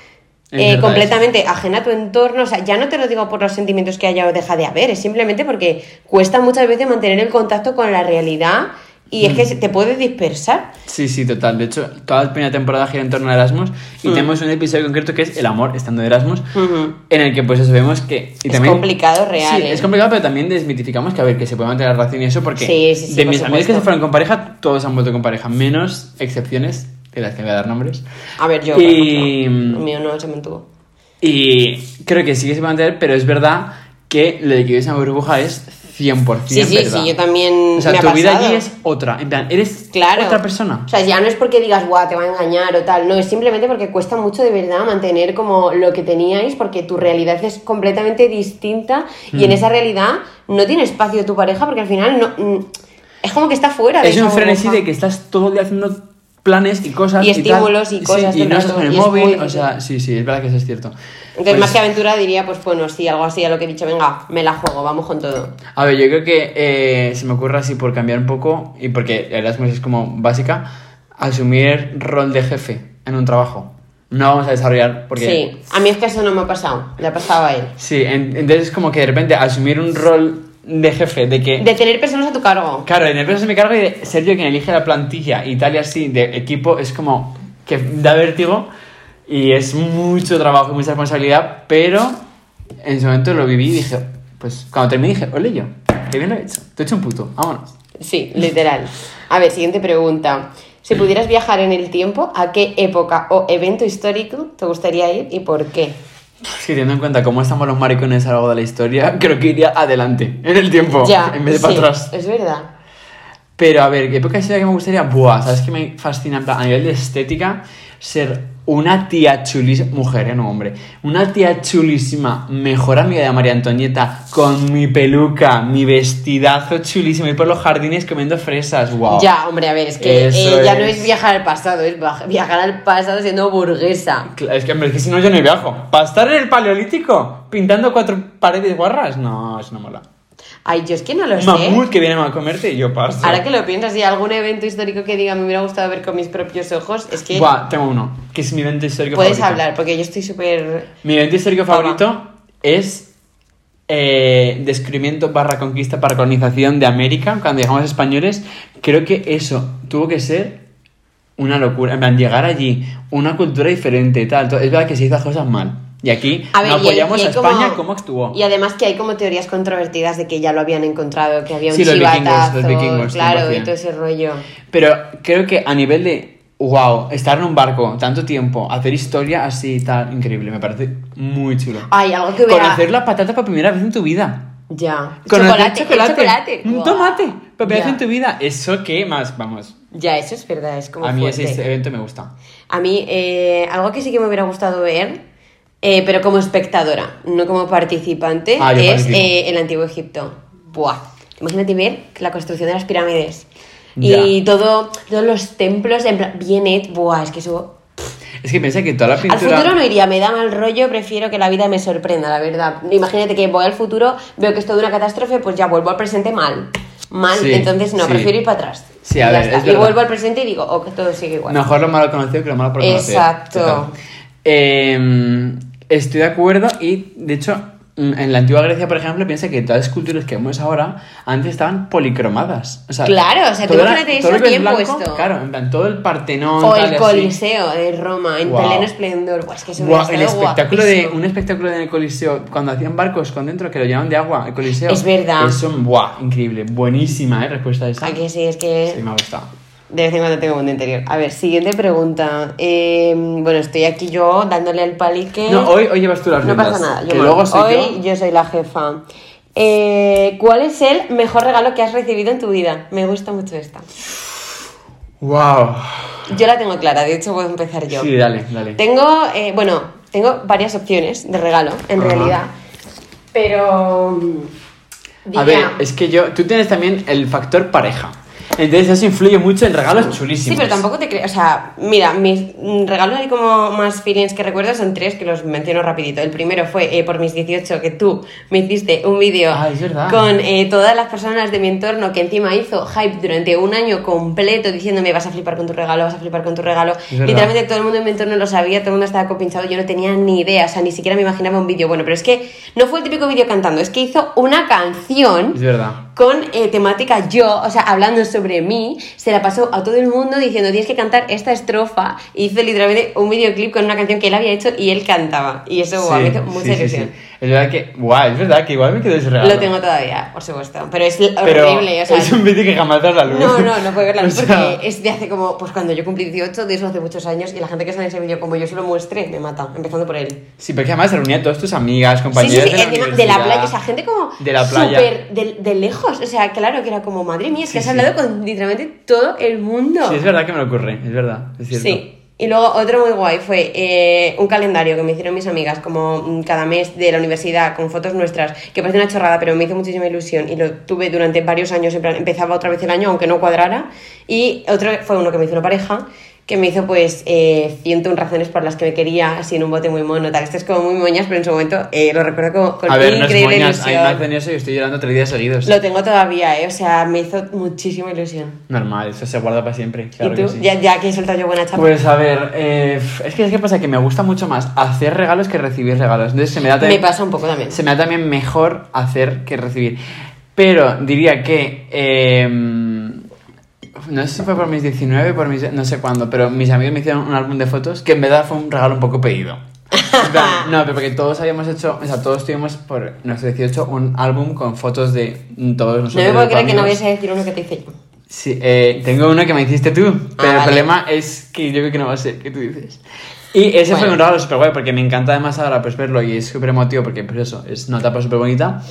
[SPEAKER 3] Es
[SPEAKER 2] eh,
[SPEAKER 3] verdad
[SPEAKER 2] completamente ajena a tu entorno. O sea, ya no te lo digo por los sentimientos que haya o deja de haber, es simplemente porque cuesta muchas veces mantener el contacto con la realidad y es que
[SPEAKER 3] Mm.
[SPEAKER 2] se- te puedes dispersar.
[SPEAKER 3] Sí, sí, total. De hecho, toda la primera temporada gira en torno a Erasmus y tenemos un episodio concreto que es El amor estando de Erasmus,
[SPEAKER 2] Ujú.
[SPEAKER 3] en el que pues eso vemos que... y
[SPEAKER 2] Es complicado, real,
[SPEAKER 3] Sí,
[SPEAKER 2] ¿eh?
[SPEAKER 3] es complicado, pero también desmitificamos que a ver, que se puede mantener la relación y eso porque
[SPEAKER 2] Sí, sí, sí,
[SPEAKER 3] de
[SPEAKER 2] por
[SPEAKER 3] mis amigos que
[SPEAKER 2] supuesto.
[SPEAKER 3] se fueron con pareja, todos han vuelto con pareja, menos excepciones, de las que voy a dar nombres.
[SPEAKER 2] A ver, yo, por
[SPEAKER 3] Y-
[SPEAKER 2] ejemplo, el mío no se mantuvo.
[SPEAKER 3] Y creo que sí que se puede mantener, pero es verdad que lo de que vives en una burbuja es 100%
[SPEAKER 2] Sí, sí,
[SPEAKER 3] verdad.
[SPEAKER 2] sí, yo también
[SPEAKER 3] O sea,
[SPEAKER 2] me ha
[SPEAKER 3] tu vida
[SPEAKER 2] pasado.
[SPEAKER 3] allí es otra. En plan, eres
[SPEAKER 2] Claro.
[SPEAKER 3] otra persona.
[SPEAKER 2] O sea, ya no es porque digas, guau, te va a engañar o tal. No, es simplemente porque cuesta mucho de verdad mantener como lo que teníais, porque tu realidad es completamente distinta y
[SPEAKER 3] Mm.
[SPEAKER 2] en esa realidad no tiene espacio tu pareja, porque al final no. mm, Es como que está fuera de
[SPEAKER 3] Es un
[SPEAKER 2] esa
[SPEAKER 3] frenesí
[SPEAKER 2] burbuja.
[SPEAKER 3] de que estás todo el día haciendo planes y cosas.
[SPEAKER 2] Y
[SPEAKER 3] tal.
[SPEAKER 2] estímulos y
[SPEAKER 3] Sí,
[SPEAKER 2] cosas
[SPEAKER 3] y
[SPEAKER 2] todo el
[SPEAKER 3] no estás
[SPEAKER 2] rato,
[SPEAKER 3] con
[SPEAKER 2] y
[SPEAKER 3] el
[SPEAKER 2] es muy
[SPEAKER 3] móvil. O
[SPEAKER 2] difícil.
[SPEAKER 3] sea, sí, sí, es verdad que eso es cierto.
[SPEAKER 2] Entonces,
[SPEAKER 3] Pues,
[SPEAKER 2] más que aventura, diría, pues bueno, sí, algo así, a lo que he dicho, venga, me la juego, vamos con todo.
[SPEAKER 3] A ver, yo creo que eh, se me ocurre así por cambiar un poco, y porque Erasmus es como básica, asumir rol de jefe en un trabajo. No vamos a desarrollar porque
[SPEAKER 2] Sí, a mí es que eso no me ha pasado, le ha pasado a él.
[SPEAKER 3] Sí, en- entonces es como que de repente asumir un rol de jefe, de que...
[SPEAKER 2] De tener personas a tu cargo.
[SPEAKER 3] Claro, en el peso se me cargo y de ser yo quien elige la plantilla y tal y así, de equipo, es como... que da vértigo y es mucho trabajo y mucha responsabilidad, pero en ese momento lo viví y dije, pues cuando terminé dije, ole yo, qué bien lo he hecho, te he hecho un puto, vámonos.
[SPEAKER 2] Sí, literal. A ver, siguiente pregunta. Si pudieras viajar en el tiempo, ¿a qué época o evento histórico te gustaría ir y por qué?
[SPEAKER 3] Es que teniendo en cuenta cómo estamos los maricones a lo largo de la historia, [LAUGHS] creo que iría adelante en el tiempo, Oh, en vez de para
[SPEAKER 2] sí,
[SPEAKER 3] atrás.
[SPEAKER 2] Es verdad.
[SPEAKER 3] Pero a ver, ¿qué época sería que me gustaría? Buah, ¿sabes qué me fascina? En plan, A nivel de estética, ser una tía chulísima, mujer, eh, no hombre, una tía chulísima, mejor amiga de María Antonieta, con mi peluca, mi vestidazo chulísimo, ir por los jardines comiendo fresas, wow.
[SPEAKER 2] Ya, hombre, a ver, es que
[SPEAKER 3] Eso
[SPEAKER 2] eh, ya no es
[SPEAKER 3] es.
[SPEAKER 2] viajar al pasado, es baj- viajar al pasado siendo burguesa.
[SPEAKER 3] Claro, Es que, hombre, es que si no yo no viajo. ¿Para estar en el paleolítico? ¿Pintando cuatro paredes guarras? No, eso no mola.
[SPEAKER 2] Ay, yo es que no lo
[SPEAKER 3] Un
[SPEAKER 2] sé.
[SPEAKER 3] mamut que viene a comerte y yo paso.
[SPEAKER 2] Ahora que lo piensas, y algún evento histórico que diga me hubiera gustado ver con mis propios ojos, es que
[SPEAKER 3] Buah, tengo uno, que es mi evento histórico
[SPEAKER 2] puedes
[SPEAKER 3] favorito.
[SPEAKER 2] hablar, porque yo estoy súper...
[SPEAKER 3] Mi evento histórico
[SPEAKER 2] Toma.
[SPEAKER 3] favorito es eh, descubrimiento barra conquista para colonización de América, cuando llegamos españoles. Creo que eso tuvo que ser una locura. En plan, llegar allí, una cultura diferente, tal. todo. Es verdad que se hizo las cosas mal. Y aquí
[SPEAKER 2] A ver,
[SPEAKER 3] no
[SPEAKER 2] y hay-
[SPEAKER 3] apoyamos
[SPEAKER 2] y hay
[SPEAKER 3] a España como, actuó.
[SPEAKER 2] Y además que hay como teorías controvertidas de que ya lo habían encontrado, que había un
[SPEAKER 3] Sí, los vikingos,
[SPEAKER 2] chivatazo,
[SPEAKER 3] los vikingos,
[SPEAKER 2] claro, y
[SPEAKER 3] 100%.
[SPEAKER 2] todo ese rollo.
[SPEAKER 3] Pero creo que a nivel de, wow, estar en un barco tanto tiempo, hacer historia así, tal, increíble. Me parece muy chulo.
[SPEAKER 2] Ay, algo que hubiera...
[SPEAKER 3] Conocer las patatas por primera vez en tu vida.
[SPEAKER 2] Ya.
[SPEAKER 3] Conocer
[SPEAKER 2] chocolate, chocolate. chocolate.
[SPEAKER 3] Un
[SPEAKER 2] Buah.
[SPEAKER 3] tomate. Por primera
[SPEAKER 2] Ya.
[SPEAKER 3] vez en tu vida. Eso que más, vamos.
[SPEAKER 2] Ya, eso es verdad, es como
[SPEAKER 3] a mí
[SPEAKER 2] fuerte.
[SPEAKER 3] ese este evento me gusta.
[SPEAKER 2] A mí, eh, algo que sí que me hubiera gustado ver, eh, pero como espectadora, no como participante,
[SPEAKER 3] Ah, yo
[SPEAKER 2] es
[SPEAKER 3] participo.
[SPEAKER 2] eh, el Antiguo Egipto. Buah. Imagínate ver la construcción de las pirámides. Y
[SPEAKER 3] Ya.
[SPEAKER 2] todo, todos los templos, en plan, bien hecho. Buah, es que eso...
[SPEAKER 3] Es que piensa que toda la
[SPEAKER 2] Al
[SPEAKER 3] pintura.
[SPEAKER 2] futuro no iría, me da mal rollo, prefiero que la vida me sorprenda, la verdad. Imagínate que voy al futuro, veo que es toda una catástrofe, pues ya vuelvo al presente mal. Mal,
[SPEAKER 3] Sí,
[SPEAKER 2] entonces no,
[SPEAKER 3] sí.
[SPEAKER 2] prefiero ir para atrás.
[SPEAKER 3] Sí, a
[SPEAKER 2] Y ya
[SPEAKER 3] ver,
[SPEAKER 2] está.
[SPEAKER 3] es
[SPEAKER 2] y
[SPEAKER 3] verdad.
[SPEAKER 2] vuelvo al presente y digo, oh, que todo sigue igual.
[SPEAKER 3] Mejor lo malo conocido que lo malo por conocer.
[SPEAKER 2] Exacto.
[SPEAKER 3] Total. Eh, estoy de acuerdo y, de hecho, mm, en la antigua Grecia, por ejemplo, piensa que todas las culturas que vemos ahora antes estaban policromadas. O sea,
[SPEAKER 2] Claro, o sea, tú
[SPEAKER 3] todo era-
[SPEAKER 2] imagínate
[SPEAKER 3] todo
[SPEAKER 2] eso
[SPEAKER 3] lo que es
[SPEAKER 2] tiempo
[SPEAKER 3] blanco,
[SPEAKER 2] esto.
[SPEAKER 3] Claro, en plan, todo el Partenón.
[SPEAKER 2] O
[SPEAKER 3] tal, y
[SPEAKER 2] el
[SPEAKER 3] así.
[SPEAKER 2] Coliseo de Roma, en
[SPEAKER 3] Guau.
[SPEAKER 2] pleno esplendor. Buah, es que eso
[SPEAKER 3] Guau, el
[SPEAKER 2] hubiera estado
[SPEAKER 3] espectáculo de,
[SPEAKER 2] guapísimo.
[SPEAKER 3] un espectáculo en el Coliseo, cuando hacían barcos con dentro que lo llenaban de agua, el Coliseo.
[SPEAKER 2] Es verdad.
[SPEAKER 3] Eso, buah, increíble. Buenísima, ¿eh? Respuesta esa.
[SPEAKER 2] Ah, que sí, es que
[SPEAKER 3] Sí, me ha gustado.
[SPEAKER 2] de vez en cuando tengo mundo interior. A ver, siguiente pregunta. Eh, bueno, estoy aquí yo dándole al palique.
[SPEAKER 3] No, hoy, hoy llevas tú las
[SPEAKER 2] No
[SPEAKER 3] riendas,
[SPEAKER 2] pasa nada. Yo
[SPEAKER 3] que
[SPEAKER 2] mando.
[SPEAKER 3] luego soy
[SPEAKER 2] hoy
[SPEAKER 3] yo.
[SPEAKER 2] yo. soy la jefa. Eh, ¿Cuál es el mejor regalo que has recibido en tu vida? Me gusta mucho esta.
[SPEAKER 3] Wow.
[SPEAKER 2] Yo la tengo clara, de hecho voy a empezar yo.
[SPEAKER 3] Sí, dale, dale.
[SPEAKER 2] Tengo, eh, bueno, tengo varias opciones de regalo, en
[SPEAKER 3] Ajá.
[SPEAKER 2] realidad. Pero... mm, diría-
[SPEAKER 3] A ver, es que yo. Tú tienes también el factor pareja. Entonces, eso influye mucho en regalos
[SPEAKER 2] Sí,
[SPEAKER 3] chulísimos.
[SPEAKER 2] pero tampoco te creo. O sea, mira, mis mm, regalos así como más feelings que recuerdo son tres que los menciono rapidito. El primero fue eh, por mis 18 que tú me hiciste un vídeo
[SPEAKER 3] Ah, es verdad.
[SPEAKER 2] con eh, todas las personas de mi entorno que encima hizo hype durante un año completo diciéndome vas a flipar con tu regalo, vas a flipar con tu regalo.
[SPEAKER 3] verdad.
[SPEAKER 2] Literalmente todo el mundo en mi entorno lo sabía, todo el mundo estaba copinchado, yo no tenía ni idea, o sea, ni siquiera me imaginaba un vídeo. Bueno, pero es que no fue el típico vídeo cantando, es que hizo una canción
[SPEAKER 3] Es verdad.
[SPEAKER 2] con eh, temática yo, o sea, hablando sobre mí, se la pasó a todo el mundo diciendo tienes que cantar esta estrofa. E hizo literalmente un videoclip con una canción que él había hecho y él cantaba. Y eso guau,
[SPEAKER 3] Sí,
[SPEAKER 2] me hizo
[SPEAKER 3] sí,
[SPEAKER 2] mucha
[SPEAKER 3] sí,
[SPEAKER 2] ilusión.
[SPEAKER 3] sí. Es verdad que. Guau, es verdad que igual me quedé ese regalo.
[SPEAKER 2] Lo tengo todavía, por supuesto. Pero es
[SPEAKER 3] pero
[SPEAKER 2] horrible, o sea.
[SPEAKER 3] Es un vídeo que jamás das la luz.
[SPEAKER 2] No, no, no puedo verla
[SPEAKER 3] [LAUGHS] O
[SPEAKER 2] porque
[SPEAKER 3] sea,
[SPEAKER 2] es de hace como, pues cuando yo cumplí 18, de eso hace muchos años, y la gente que sale en ese vídeo, como yo se lo muestre, me mata, empezando por él.
[SPEAKER 3] Sí, pero es que además se reunía a todas tus amigas,
[SPEAKER 2] Sí, sí,
[SPEAKER 3] compañeras
[SPEAKER 2] sí,
[SPEAKER 3] de, la
[SPEAKER 2] encima de la
[SPEAKER 3] universidad.
[SPEAKER 2] playa, o sea, gente como
[SPEAKER 3] De la playa.
[SPEAKER 2] súper de, de lejos, o sea, claro que era como, madre mía, es que
[SPEAKER 3] Sí,
[SPEAKER 2] has
[SPEAKER 3] sí.
[SPEAKER 2] hablado con literalmente todo el mundo.
[SPEAKER 3] Sí, es verdad que me lo ocurre, es verdad, es cierto.
[SPEAKER 2] Sí. Y luego otro muy guay fue eh, un calendario que me hicieron mis amigas, como mm, cada mes de la universidad, con fotos nuestras, que parece una chorrada, pero me hizo muchísima ilusión y lo tuve durante varios años, en plan, empezaba otra vez el año, aunque no cuadrara. Y otro fue uno que me hizo una pareja, que me hizo pues eh, 101 razones por las que me quería, así en un bote muy mono, tal. Esto es como muy moñas, pero en su momento eh, lo recuerdo como, con
[SPEAKER 3] A ver, no es
[SPEAKER 2] increíble
[SPEAKER 3] moñas, hay
[SPEAKER 2] ilusión.
[SPEAKER 3] más en eso y estoy llorando tres días seguidos.
[SPEAKER 2] Lo tengo todavía, eh, o sea, me hizo muchísima ilusión.
[SPEAKER 3] Normal, eso se guarda para siempre, claro
[SPEAKER 2] ¿Y tú?
[SPEAKER 3] que sí.
[SPEAKER 2] Ya, ya que he soltado yo buena chapa.
[SPEAKER 3] Pues a ver, eh, es que es que pasa que me gusta mucho más hacer regalos que recibir regalos. Entonces se me da
[SPEAKER 2] me
[SPEAKER 3] también,
[SPEAKER 2] pasa un poco también.
[SPEAKER 3] se me da también mejor hacer que recibir. Pero diría que eh, No sé si fue por mis 19, por mis. no sé cuándo, pero mis amigos me hicieron un álbum de fotos que en verdad fue un regalo un poco pedido.
[SPEAKER 2] [LAUGHS]
[SPEAKER 3] En plan, No, pero porque todos habíamos hecho, o sea, todos tuvimos por nuestros 18 un álbum con fotos de todos nosotros.
[SPEAKER 2] No me puedo
[SPEAKER 3] de
[SPEAKER 2] creer que no
[SPEAKER 3] amigos.
[SPEAKER 2] vayas a decir uno que te hice yo.
[SPEAKER 3] Sí, eh, tengo uno que me hiciste tú, pero el
[SPEAKER 2] Ah, vale.
[SPEAKER 3] problema es que yo creo que no va a ser que tú dices. Y ese fue
[SPEAKER 2] Bueno.
[SPEAKER 3] un regalo súper guay, porque me encanta además ahora pues verlo y es súper emotivo, porque pues eso, es una etapa súper bonita.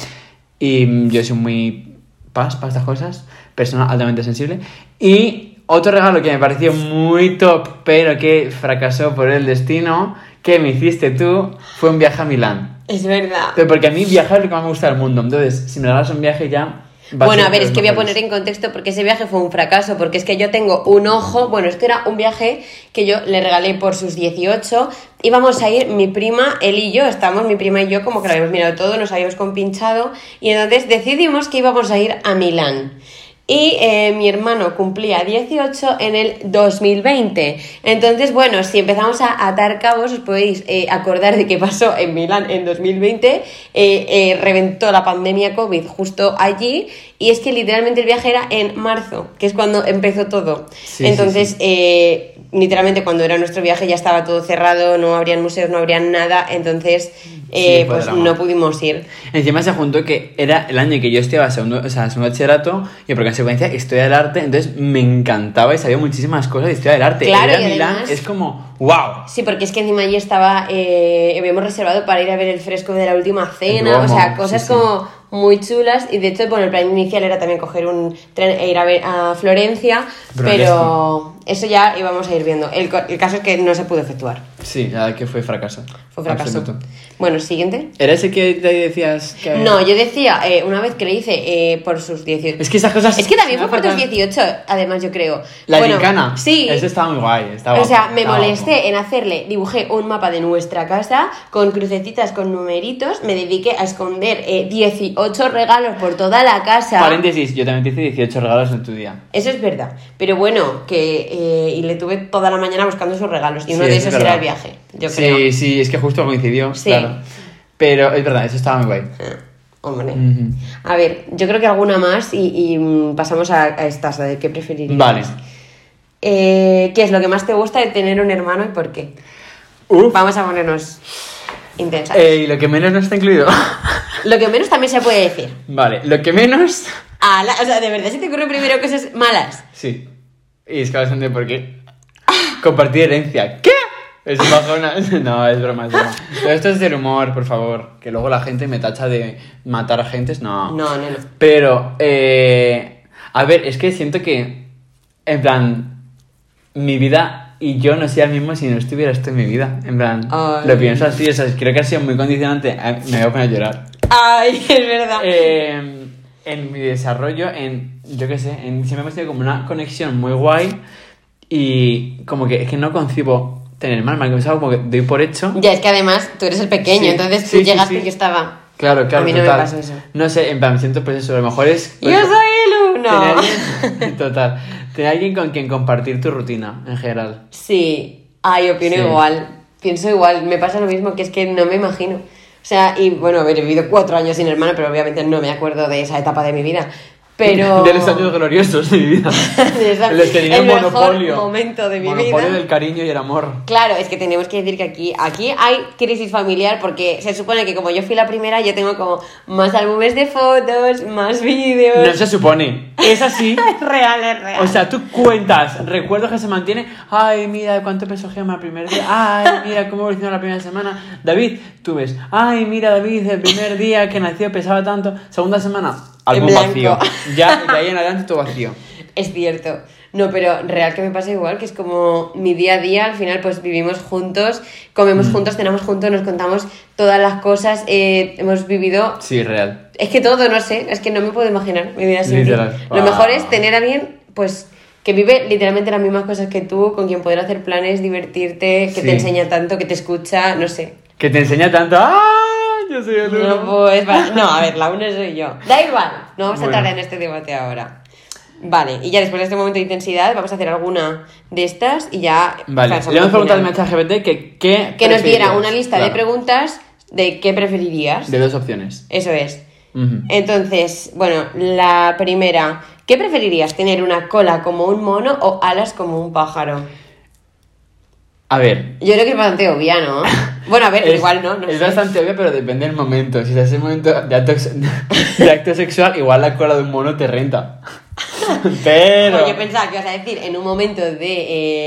[SPEAKER 3] Y mm, yo soy muy paz para estas cosas, persona altamente sensible. Y otro regalo que me pareció muy top, pero que fracasó por el destino, que me hiciste tú, fue un viaje a Milán.
[SPEAKER 2] Es verdad.
[SPEAKER 3] Pero porque a mí viajar es lo que más me gusta del mundo, entonces si me regalas un viaje ya... va
[SPEAKER 2] Bueno, a
[SPEAKER 3] ser
[SPEAKER 2] ver,
[SPEAKER 3] de
[SPEAKER 2] es
[SPEAKER 3] los
[SPEAKER 2] que voy a
[SPEAKER 3] mejores.
[SPEAKER 2] poner en contexto porque ese viaje fue un fracaso, porque es que yo tengo un ojo, bueno, esto era un viaje que yo le regalé por sus 18, íbamos a ir mi prima, él y yo, estábamos mi prima y yo como que lo habíamos mirado todo, nos habíamos compinchado y entonces decidimos que íbamos a ir a Milán. Y eh, mi hermano cumplía 18 en el 2020. Entonces, bueno, si empezamos a atar cabos, os podéis eh, acordar de qué pasó en Milán en 2020. Eh, eh, reventó la pandemia COVID justo allí. Y es que literalmente el viaje era en marzo, que es cuando empezó todo.
[SPEAKER 3] Sí,
[SPEAKER 2] Entonces,
[SPEAKER 3] sí, sí.
[SPEAKER 2] eh, literalmente cuando era nuestro viaje ya estaba todo cerrado, no habrían museos, no habrían nada. Entonces, eh,
[SPEAKER 3] fue
[SPEAKER 2] pues
[SPEAKER 3] drama.
[SPEAKER 2] no pudimos ir.
[SPEAKER 3] Encima se juntó que era el año que yo estudiaba segundo, o sea, segundo bachillerato y por consecuencia estudiaba el arte, entonces me encantaba y sabía muchísimas cosas de historia del arte.
[SPEAKER 2] Claro,
[SPEAKER 3] Era
[SPEAKER 2] y
[SPEAKER 3] Milán,
[SPEAKER 2] además-
[SPEAKER 3] es como, wow.
[SPEAKER 2] Sí, porque es que encima allí estaba, eh, habíamos reservado para ir a ver el fresco de la última cena,
[SPEAKER 3] El
[SPEAKER 2] o
[SPEAKER 3] Duomo,
[SPEAKER 2] sea, cosas
[SPEAKER 3] sí, sí.
[SPEAKER 2] como muy chulas y de hecho, bueno, el plan inicial era también coger un tren e ir a, ver a Florencia,
[SPEAKER 3] Pero
[SPEAKER 2] pero, eso ya íbamos a ir viendo. El, co- el caso es que no se pudo efectuar,
[SPEAKER 3] Sí, la verdad que fue fracaso.
[SPEAKER 2] fue fracaso.
[SPEAKER 3] Absoluto.
[SPEAKER 2] Bueno, siguiente.
[SPEAKER 3] ¿Era ese que te decías que...
[SPEAKER 2] No, yo decía, eh, una vez que le hice eh, por sus 18...
[SPEAKER 3] Es que esas cosas...
[SPEAKER 2] Es que también fue por tus
[SPEAKER 3] tus
[SPEAKER 2] 18, además yo creo.
[SPEAKER 3] La
[SPEAKER 2] Bueno,
[SPEAKER 3] gincana.
[SPEAKER 2] Sí.
[SPEAKER 3] Ese estaba muy guay. Estaba
[SPEAKER 2] O sea, me
[SPEAKER 3] molesté.
[SPEAKER 2] molesté en hacerle, dibujé un mapa de nuestra casa con crucecitas, con numeritos, me dediqué a esconder eh, 18 regalos por toda la casa.
[SPEAKER 3] Paréntesis, yo también te hice 18 regalos en tu día.
[SPEAKER 2] Eso es verdad, pero bueno, que eh, y le tuve toda la mañana buscando sus regalos y uno
[SPEAKER 3] Sí,
[SPEAKER 2] de
[SPEAKER 3] es
[SPEAKER 2] esos
[SPEAKER 3] verdad.
[SPEAKER 2] era el viaje, yo
[SPEAKER 3] sí,
[SPEAKER 2] creo.
[SPEAKER 3] sí, es que justo coincidió.
[SPEAKER 2] Sí.
[SPEAKER 3] Claro. Pero es verdad, eso estaba muy guay.
[SPEAKER 2] Ah, Hombre.
[SPEAKER 3] Ujú.
[SPEAKER 2] A ver, yo creo que alguna más y, y, mm, pasamos a, a estas, a de qué preferirías.
[SPEAKER 3] Vale.
[SPEAKER 2] Eh, ¿Qué es lo que más te gusta de tener un hermano y por qué?
[SPEAKER 3] Uf.
[SPEAKER 2] Vamos a ponernos intensas.
[SPEAKER 3] Eh, y lo que menos no está incluido. [LAUGHS]
[SPEAKER 2] Lo que menos también se puede decir.
[SPEAKER 3] vale, lo que menos. [LAUGHS]
[SPEAKER 2] Ala, o sea, de verdad se te ocurren primero cosas malas.
[SPEAKER 3] Sí. Y es que bastante porque. Compartir herencia. ¿Qué? Es un bajón. [LAUGHS] No, es broma, es broma. Pero esto es del humor, por favor. Que luego la gente me tacha de matar a gentes. No.
[SPEAKER 2] No, no, no.
[SPEAKER 3] Pero, eh, a ver, es que siento que, en plan, mi vida y yo no sería el mismo si no estuviera esto en mi vida. En plan,
[SPEAKER 2] Ay.
[SPEAKER 3] lo pienso así, o sea, creo que ha sido muy condicionante. Eh, Me voy a poner a llorar.
[SPEAKER 2] Ay, [LAUGHS] es verdad.
[SPEAKER 3] Eh, en mi desarrollo, en, yo qué sé, en, siempre hemos tenido como una conexión muy guay y como que es que no concibo tener más, me ha comenzado como que doy por hecho.
[SPEAKER 2] ya, es que además tú eres el pequeño,
[SPEAKER 3] Sí,
[SPEAKER 2] entonces
[SPEAKER 3] sí,
[SPEAKER 2] tú
[SPEAKER 3] sí,
[SPEAKER 2] llegaste
[SPEAKER 3] sí.
[SPEAKER 2] y yo estaba.
[SPEAKER 3] Claro, claro,
[SPEAKER 2] A mí no me
[SPEAKER 3] total.
[SPEAKER 2] pasa eso.
[SPEAKER 3] No sé, en plan, siento pues eso, a lo mejor es...
[SPEAKER 2] ¡Yo
[SPEAKER 3] pues,
[SPEAKER 2] soy el
[SPEAKER 3] [LAUGHS] Tener
[SPEAKER 2] uno!
[SPEAKER 3] alguien- [LAUGHS] total. Tener alguien con quien compartir tu rutina en general.
[SPEAKER 2] [LAUGHS] Sí. Ay, opino
[SPEAKER 3] Sí.
[SPEAKER 2] igual. Pienso igual. Me pasa lo mismo, que es que no me imagino. O sea, y bueno, haber vivido cuatro años sin hermano, pero obviamente no me acuerdo de esa etapa de mi
[SPEAKER 3] [LAUGHS]
[SPEAKER 2] vida. Pero.
[SPEAKER 3] De los años gloriosos de mi vida.
[SPEAKER 2] [LAUGHS] De esa-
[SPEAKER 3] En los que tenía
[SPEAKER 2] el
[SPEAKER 3] un
[SPEAKER 2] mejor
[SPEAKER 3] monopolio.
[SPEAKER 2] momento de mi
[SPEAKER 3] Monopolio
[SPEAKER 2] vida.
[SPEAKER 3] del cariño y el amor.
[SPEAKER 2] Claro, es que tenemos que decir que aquí, aquí hay crisis familiar porque se supone que como yo fui la primera, yo tengo como más álbumes de fotos, más vídeos.
[SPEAKER 3] No se supone. Es así.
[SPEAKER 2] [LAUGHS] Es real, es real.
[SPEAKER 3] O sea, tú cuentas recuerdos que se mantienen. Ay, mira cuánto peso Gema el primer día. Ay, mira cómo evolucionó la primera semana. David, tú ves. Ay, mira, David, el primer día que nació pesaba tanto. Segunda semana, algún
[SPEAKER 2] blanco.
[SPEAKER 3] vacío. [LAUGHS] Ya, de ahí en adelante todo vacío.
[SPEAKER 2] Es cierto. No, pero real que me pasa igual, que es como mi día a día, al final pues vivimos juntos, comemos juntos, cenamos juntos, nos contamos todas las cosas, eh, hemos vivido...
[SPEAKER 3] Sí, real.
[SPEAKER 2] Es que todo, no sé, es que no me puedo imaginar mi vida sin ti.
[SPEAKER 3] Literal.
[SPEAKER 2] Lo mejor es
[SPEAKER 3] Wow.
[SPEAKER 2] tener a alguien, pues, que vive literalmente las mismas cosas que tú, con quien poder hacer planes, divertirte, que
[SPEAKER 3] Sí.
[SPEAKER 2] te enseña tanto, que te escucha, no sé.
[SPEAKER 3] Que te enseña tanto. ¡Ah! Yo soy el uno.
[SPEAKER 2] No, pues, va- no, a ver, la una soy yo. Da igual, no vamos
[SPEAKER 3] Bueno.
[SPEAKER 2] a entrar en este debate ahora. Vale, y ya después de este momento de intensidad vamos a hacer alguna de estas y ya...
[SPEAKER 3] Vale,
[SPEAKER 2] pasamos
[SPEAKER 3] le vamos a
[SPEAKER 2] al
[SPEAKER 3] preguntar al
[SPEAKER 2] final.
[SPEAKER 3] mensaje GPT que, qué
[SPEAKER 2] Que nos
[SPEAKER 3] preferirías.
[SPEAKER 2] diera una lista de
[SPEAKER 3] Claro,
[SPEAKER 2] preguntas de qué preferirías.
[SPEAKER 3] De dos opciones.
[SPEAKER 2] Eso es.
[SPEAKER 3] Ujú.
[SPEAKER 2] Entonces, bueno, la primera, ¿Qué preferirías, tener una cola como un mono o alas como un pájaro?
[SPEAKER 3] A ver,
[SPEAKER 2] Yo creo que es bastante obvia,
[SPEAKER 3] [LAUGHS]
[SPEAKER 2] ¿no? Bueno, a ver,
[SPEAKER 3] Es-
[SPEAKER 2] igual no, no
[SPEAKER 3] es
[SPEAKER 2] sé.
[SPEAKER 3] bastante obvio, pero depende del momento. Si estás en un momento de acto, ex- [LAUGHS] de acto sexual, igual la cola de un mono te renta. [LAUGHS] Pero.
[SPEAKER 2] Porque yo pensaba que ibas a decir en un momento de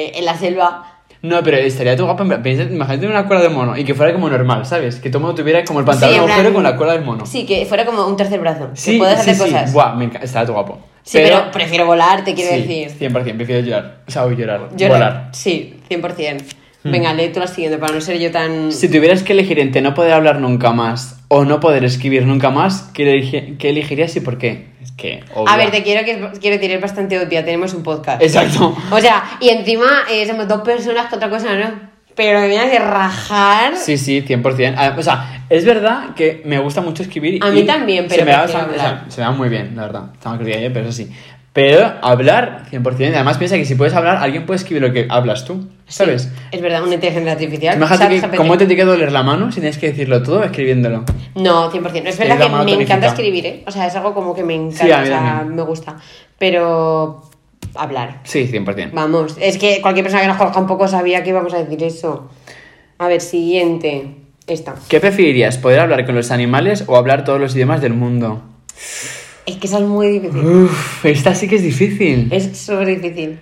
[SPEAKER 2] eh, en la selva.
[SPEAKER 3] No, pero estaría tu guapo. en plan, piensa- Imagínate una cola de mono y que fuera como normal, ¿sabes? Que todo el mundo tuviera como el pantalón
[SPEAKER 2] Sí, en plan-
[SPEAKER 3] agujero con la cola del mono.
[SPEAKER 2] Sí, que fuera como un tercer brazo.
[SPEAKER 3] sí,
[SPEAKER 2] que puedas hacer
[SPEAKER 3] sí,
[SPEAKER 2] cosas.
[SPEAKER 3] Sí, Buah, me encanta. Estaría tu guapo.
[SPEAKER 2] Sí, pero, prefiero volar, te quiero
[SPEAKER 3] sí,
[SPEAKER 2] decir.
[SPEAKER 3] 100%, prefiero llorar. O sea, voy a llorar.
[SPEAKER 2] Yo-
[SPEAKER 3] Volar. Hmm.
[SPEAKER 2] Sí, 100%. Venga, lee tú la siguiente para no ser yo tan.
[SPEAKER 3] Si tuvieras que elegir entre no poder hablar nunca más o no poder escribir nunca más, ¿qué, elegi- qué elegirías y por qué? Es que.
[SPEAKER 2] a
[SPEAKER 3] obvia.
[SPEAKER 2] ver, te quiero, que, quiero decir, es bastante obvia. Tenemos un podcast.
[SPEAKER 3] Exacto.
[SPEAKER 2] O sea, y encima eh, somos dos personas que otra cosa no. Pero me vienes de rajar.
[SPEAKER 3] Sí, sí, 100%. A- Ah, O sea, es verdad que me gusta mucho escribir.
[SPEAKER 2] A
[SPEAKER 3] y
[SPEAKER 2] mí también, pero
[SPEAKER 3] se me, da,
[SPEAKER 2] prefiero
[SPEAKER 3] bastante- o sea,
[SPEAKER 2] hablar.
[SPEAKER 3] se me da muy bien, la verdad. Estamos crítica yo, pero eso sí. Pero hablar, 100%. Y además piensa que si puedes hablar, alguien puede escribir lo que hablas tú, ¿sabes?
[SPEAKER 2] Es verdad, una inteligencia artificial.
[SPEAKER 3] Imagínate que
[SPEAKER 2] ChatGPT.
[SPEAKER 3] cómo te tiene que doler la mano si tienes que decirlo todo escribiéndolo.
[SPEAKER 2] No, 100%. Es
[SPEAKER 3] Es
[SPEAKER 2] verdad
[SPEAKER 3] la
[SPEAKER 2] que
[SPEAKER 3] mano
[SPEAKER 2] me encanta
[SPEAKER 3] tonificada.
[SPEAKER 2] escribir, ¿eh? O sea, es algo como que me encanta,
[SPEAKER 3] Sí, a mí
[SPEAKER 2] o sea,
[SPEAKER 3] también.
[SPEAKER 2] me gusta. Pero hablar.
[SPEAKER 3] Sí, 100%.
[SPEAKER 2] Vamos, es que cualquier persona que nos conozca un poco sabía que íbamos a decir eso. A ver, siguiente. Esta.
[SPEAKER 3] ¿Qué preferirías, poder hablar con los animales o hablar todos los idiomas del mundo?
[SPEAKER 2] Es que esa es muy difícil.
[SPEAKER 3] Uf, esta sí que es difícil.
[SPEAKER 2] Es súper difícil.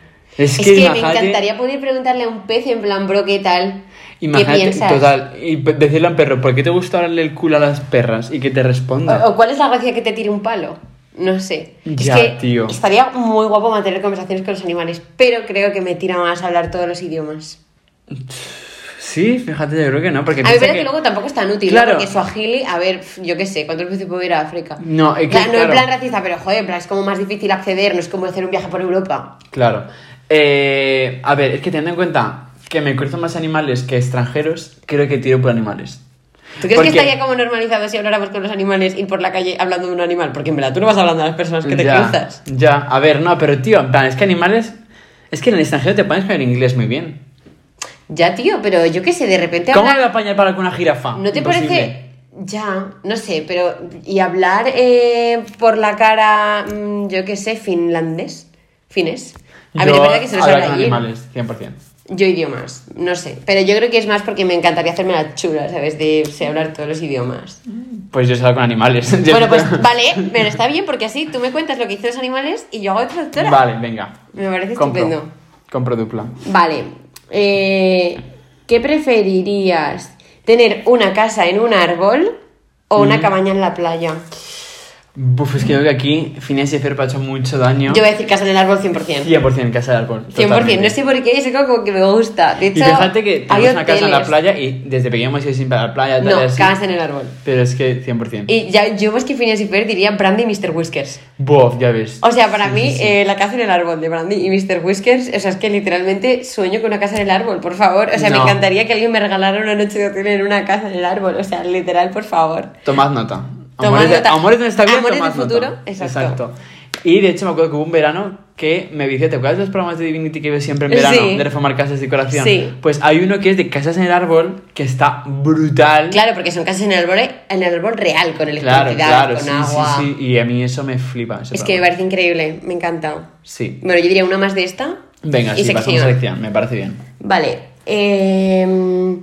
[SPEAKER 2] Es
[SPEAKER 3] Es que
[SPEAKER 2] que, me
[SPEAKER 3] imagínate-
[SPEAKER 2] encantaría poder preguntarle a un pez en plan, bro, ¿qué tal?
[SPEAKER 3] Imagínate,
[SPEAKER 2] ¿Qué piensas?
[SPEAKER 3] total, y pe- decirle a un perro, ¿por qué te gusta darle el culo a las perras? Y que te responda.
[SPEAKER 2] O, o cuál es la gracia que te tire un palo? No sé.
[SPEAKER 3] Ya,
[SPEAKER 2] es que
[SPEAKER 3] tío.
[SPEAKER 2] estaría muy guapo mantener conversaciones con los animales, pero creo que me tira más hablar todos los idiomas.
[SPEAKER 3] Sí, fíjate, yo creo que no, porque
[SPEAKER 2] A mí me
[SPEAKER 3] piensa
[SPEAKER 2] parece que luego tampoco es tan útil,
[SPEAKER 3] Claro.
[SPEAKER 2] ¿no? porque Swahili, a ver, pf, yo qué sé, ¿cuántas veces puedo ir a África?
[SPEAKER 3] No, es que,
[SPEAKER 2] Claro, no en
[SPEAKER 3] claro.
[SPEAKER 2] plan racista, pero joder, en plan, es como más difícil acceder, no es como hacer un viaje por Europa.
[SPEAKER 3] Claro. Eh, a ver, es que teniendo en cuenta que me cruzo más animales que extranjeros, creo que tiro por animales.
[SPEAKER 2] ¿Tú crees
[SPEAKER 3] Porque-
[SPEAKER 2] que estaría como normalizado si habláramos con los animales, ir por la calle hablando de un animal? Porque en verdad tú no vas hablando a las personas que te
[SPEAKER 3] ya,
[SPEAKER 2] cruzas.
[SPEAKER 3] Ya, a ver, no, pero tío, en plan, es que animales... Es que en el extranjero te pones con el inglés muy bien.
[SPEAKER 2] Ya, tío, pero yo qué sé, de repente
[SPEAKER 3] ¿Cómo me
[SPEAKER 2] hablar-
[SPEAKER 3] voy a apañar para con una jirafa?
[SPEAKER 2] ¿No te
[SPEAKER 3] Imposible.
[SPEAKER 2] parece? Ya, no sé, pero. ¿Y hablar eh, por la cara, mm, yo qué sé, finlandés? ¿Fines? A ver,
[SPEAKER 3] Yo
[SPEAKER 2] es verdad que se nos
[SPEAKER 3] hablar
[SPEAKER 2] habla
[SPEAKER 3] con
[SPEAKER 2] allí.
[SPEAKER 3] animales, 100%.
[SPEAKER 2] Yo idiomas, no sé. Pero yo creo que es más porque me encantaría hacerme la chula, ¿sabes? De sé hablar todos los idiomas.
[SPEAKER 3] Pues yo salgo con animales. [LAUGHS] Yo-
[SPEAKER 2] Bueno, pues vale, pero está bien porque así tú me cuentas lo que hicieron los animales y yo hago de traductora.
[SPEAKER 3] Vale, venga.
[SPEAKER 2] Me parece
[SPEAKER 3] Compro.
[SPEAKER 2] estupendo.
[SPEAKER 3] Compro dupla.
[SPEAKER 2] Vale. eh, ¿Qué preferirías? ¿Tener una casa en un árbol o
[SPEAKER 3] Mm.
[SPEAKER 2] una cabaña en la playa?
[SPEAKER 3] Buf, es que yo creo que aquí Phineas y Ferb ha hecho mucho daño.
[SPEAKER 2] Yo voy a decir casa en el árbol 100%.
[SPEAKER 3] 100% casa del árbol.
[SPEAKER 2] 100%,
[SPEAKER 3] totalmente.
[SPEAKER 2] no sé por qué, es algo como que me gusta. De
[SPEAKER 3] Y
[SPEAKER 2] hecho,
[SPEAKER 3] fíjate que
[SPEAKER 2] hay
[SPEAKER 3] tenemos una casa en la
[SPEAKER 2] hoteles.
[SPEAKER 3] playa y desde pequeño hemos ido siempre a la playa. tal,
[SPEAKER 2] No,
[SPEAKER 3] así.
[SPEAKER 2] casa en el árbol.
[SPEAKER 3] Pero es que 100%.
[SPEAKER 2] Y ya, yo más que Phineas y Fer diría Brandy y Mr. Whiskers.
[SPEAKER 3] Bof, ya ves.
[SPEAKER 2] O sea, para
[SPEAKER 3] Sí,
[SPEAKER 2] mí,
[SPEAKER 3] sí, sí.
[SPEAKER 2] eh, la casa en el árbol de Brandy y Mr. Whiskers, o sea, es que literalmente sueño con una casa en el árbol, por favor. O sea, me
[SPEAKER 3] No.
[SPEAKER 2] encantaría que alguien me regalara una noche de hotel en una casa en el árbol. O sea, literal, por favor.
[SPEAKER 3] Tomad nota.
[SPEAKER 2] Tomad
[SPEAKER 3] amores, de-
[SPEAKER 2] nota.
[SPEAKER 3] amores de esta vida,
[SPEAKER 2] Amores de
[SPEAKER 3] tomad nota.
[SPEAKER 2] futuro, exacto.
[SPEAKER 3] Y de hecho me acuerdo que hubo un verano que me vicié, ¿te acuerdas de los programas de Divinity que veo siempre en verano?
[SPEAKER 2] Sí.
[SPEAKER 3] De reformar casas y decoración.
[SPEAKER 2] Sí.
[SPEAKER 3] Pues hay uno que es de casas en el árbol que está brutal.
[SPEAKER 2] Claro, porque son casas en el árbol, en el árbol real, con
[SPEAKER 3] claro,
[SPEAKER 2] electricidad,
[SPEAKER 3] claro,
[SPEAKER 2] con
[SPEAKER 3] sí,
[SPEAKER 2] agua.
[SPEAKER 3] sí, sí. Y a mí eso me flipa. ese
[SPEAKER 2] Es que me
[SPEAKER 3] programa.
[SPEAKER 2] parece increíble, me encanta.
[SPEAKER 3] Sí.
[SPEAKER 2] Bueno, yo diría una más de esta.
[SPEAKER 3] Venga,
[SPEAKER 2] y
[SPEAKER 3] sí, pasamos a sección, me parece bien.
[SPEAKER 2] Vale. em,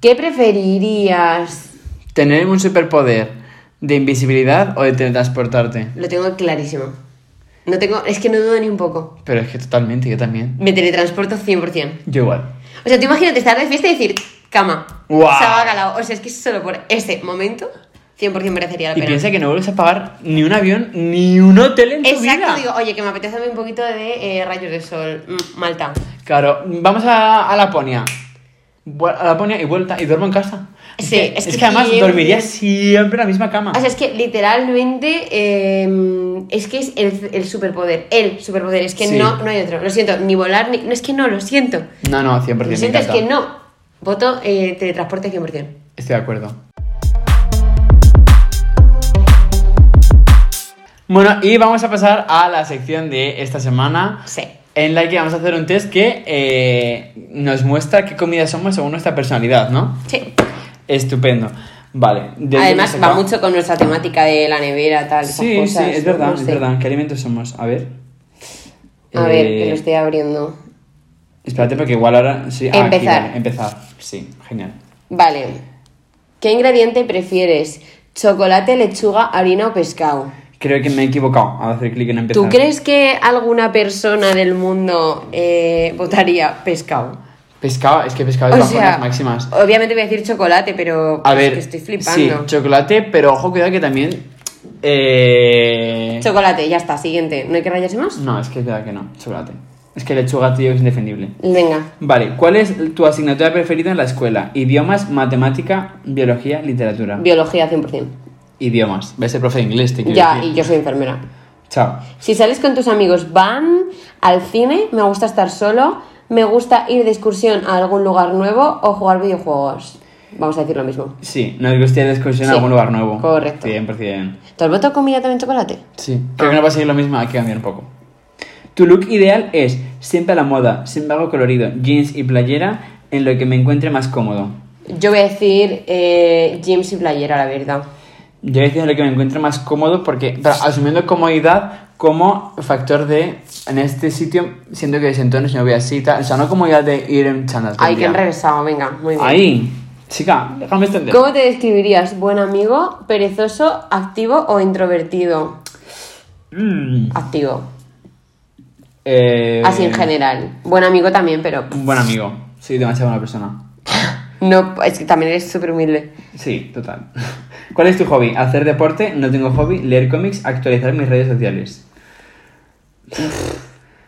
[SPEAKER 2] ¿Qué preferirías?
[SPEAKER 3] ¿Tener un superpoder de invisibilidad o de teletransportarte?
[SPEAKER 2] Lo tengo clarísimo. No tengo, es que no dudo ni un poco.
[SPEAKER 3] Pero es que totalmente, yo también.
[SPEAKER 2] Me teletransporto 100%.
[SPEAKER 3] Yo igual.
[SPEAKER 2] O sea, tú imagínate estar de fiesta y decir, cama.
[SPEAKER 3] Guau.
[SPEAKER 2] Se va bacalao. O sea, es que solo por ese momento, 100% merecería la
[SPEAKER 3] Y
[SPEAKER 2] pena.
[SPEAKER 3] piensa que no vuelves a pagar ni un avión ni un hotel en tu
[SPEAKER 2] Exacto,
[SPEAKER 3] vida.
[SPEAKER 2] digo, oye, que me apetece a mí un poquito de eh, rayos de sol. Mm, Malta.
[SPEAKER 3] Claro, vamos a, a Laponia. Vu- A Laponia y vuelta y duermo en casa.
[SPEAKER 2] Sí, es que
[SPEAKER 3] además
[SPEAKER 2] siempre-
[SPEAKER 3] dormiría siempre en la misma cama.
[SPEAKER 2] O sea, es que literalmente eh, es que es el, el superpoder, el superpoder, es que
[SPEAKER 3] Sí.
[SPEAKER 2] no, no hay otro. Lo siento, ni volar, ni... No, es que no, lo siento.
[SPEAKER 3] No, no, 100%.
[SPEAKER 2] Lo
[SPEAKER 3] me
[SPEAKER 2] siento, es
[SPEAKER 3] encanta.
[SPEAKER 2] que no. Voto eh, teletransporte 100%.
[SPEAKER 3] Estoy de acuerdo. Bueno, y vamos a pasar a la sección de esta semana.
[SPEAKER 2] Sí.
[SPEAKER 3] En la que vamos a hacer un test que eh, nos muestra qué comida somos según nuestra personalidad, ¿no?
[SPEAKER 2] Sí.
[SPEAKER 3] Estupendo. Vale. de ahí
[SPEAKER 2] Además,
[SPEAKER 3] hemos
[SPEAKER 2] va
[SPEAKER 3] sacado-
[SPEAKER 2] mucho con nuestra temática de la nevera, tal. esas
[SPEAKER 3] Sí,
[SPEAKER 2] cosas,
[SPEAKER 3] sí, es
[SPEAKER 2] ¿no?
[SPEAKER 3] verdad,
[SPEAKER 2] No
[SPEAKER 3] es
[SPEAKER 2] sé.
[SPEAKER 3] verdad. ¿Qué alimentos somos? A ver.
[SPEAKER 2] A ver, que
[SPEAKER 3] Eh,
[SPEAKER 2] lo estoy abriendo.
[SPEAKER 3] Espérate, porque igual ahora. Sí, ah, aquí,
[SPEAKER 2] Empezar.
[SPEAKER 3] vale, empezar. Sí, genial.
[SPEAKER 2] Vale. ¿Qué ingrediente prefieres? ¿Chocolate, lechuga, harina o pescado?
[SPEAKER 3] Creo que me he equivocado al hacer clic en empezar.
[SPEAKER 2] ¿Tú crees que alguna persona del mundo eh, votaría pescado?
[SPEAKER 3] Pescado, es que pescado es bajo las máximas.
[SPEAKER 2] obviamente voy a decir chocolate, pero
[SPEAKER 3] A
[SPEAKER 2] es
[SPEAKER 3] ver.
[SPEAKER 2] que estoy
[SPEAKER 3] Sí,
[SPEAKER 2] flipando.
[SPEAKER 3] chocolate, pero ojo, cuidado que también. Eh...
[SPEAKER 2] chocolate, ya está, siguiente. ¿No hay que rayarse más?
[SPEAKER 3] No, es que es verdad que no, chocolate. Es que lechuga, tío, es indefendible.
[SPEAKER 2] Venga.
[SPEAKER 3] Vale, ¿cuál es tu asignatura preferida en la escuela? Idiomas, matemática, biología, literatura.
[SPEAKER 2] Biología 100%.
[SPEAKER 3] Idiomas. Ves el profe de inglés, te quiero
[SPEAKER 2] Ya,
[SPEAKER 3] decir.
[SPEAKER 2] y yo soy enfermera.
[SPEAKER 3] Chao.
[SPEAKER 2] Si sales con tus amigos, van al cine, me gusta estar solo, me gusta ir de excursión a algún lugar nuevo o jugar videojuegos. Vamos a decir lo mismo.
[SPEAKER 3] Sí, nos gustaría la excursión a
[SPEAKER 2] Sí,
[SPEAKER 3] algún lugar nuevo.
[SPEAKER 2] correcto.
[SPEAKER 3] 100%.
[SPEAKER 2] ¿Te has votado comida también chocolate?
[SPEAKER 3] Sí.
[SPEAKER 2] Ah.
[SPEAKER 3] Creo que no va a seguir lo mismo, hay que cambiar un poco. Tu look ideal es siempre a la moda, siempre algo colorido, jeans y playera, en lo que me encuentre más cómodo.
[SPEAKER 2] Yo voy a decir eh, jeans y playera, la verdad.
[SPEAKER 3] Yo decía en lo que me encuentre más cómodo porque, pero asumiendo comodidad como factor de, en este sitio, siento que desentones me voy así, tal. o sea, no comodidad de ir en chandas. todo
[SPEAKER 2] Ay,
[SPEAKER 3] el
[SPEAKER 2] que
[SPEAKER 3] día.
[SPEAKER 2] enrevesado, venga, muy bien.
[SPEAKER 3] Ahí, chica, déjame extender.
[SPEAKER 2] ¿Cómo te describirías? ¿Buen amigo, perezoso, activo o introvertido?
[SPEAKER 3] Mm,
[SPEAKER 2] Activo.
[SPEAKER 3] eh,
[SPEAKER 2] Así en general. Buen amigo también, pero
[SPEAKER 3] Un buen amigo, soy demasiado buena persona.
[SPEAKER 2] no, es que también eres súper humilde.
[SPEAKER 3] Sí, total. [LAUGHS] ¿Cuál es tu hobby? ¿Hacer deporte? ¿No tengo hobby? ¿Leer cómics? ¿Actualizar mis redes sociales?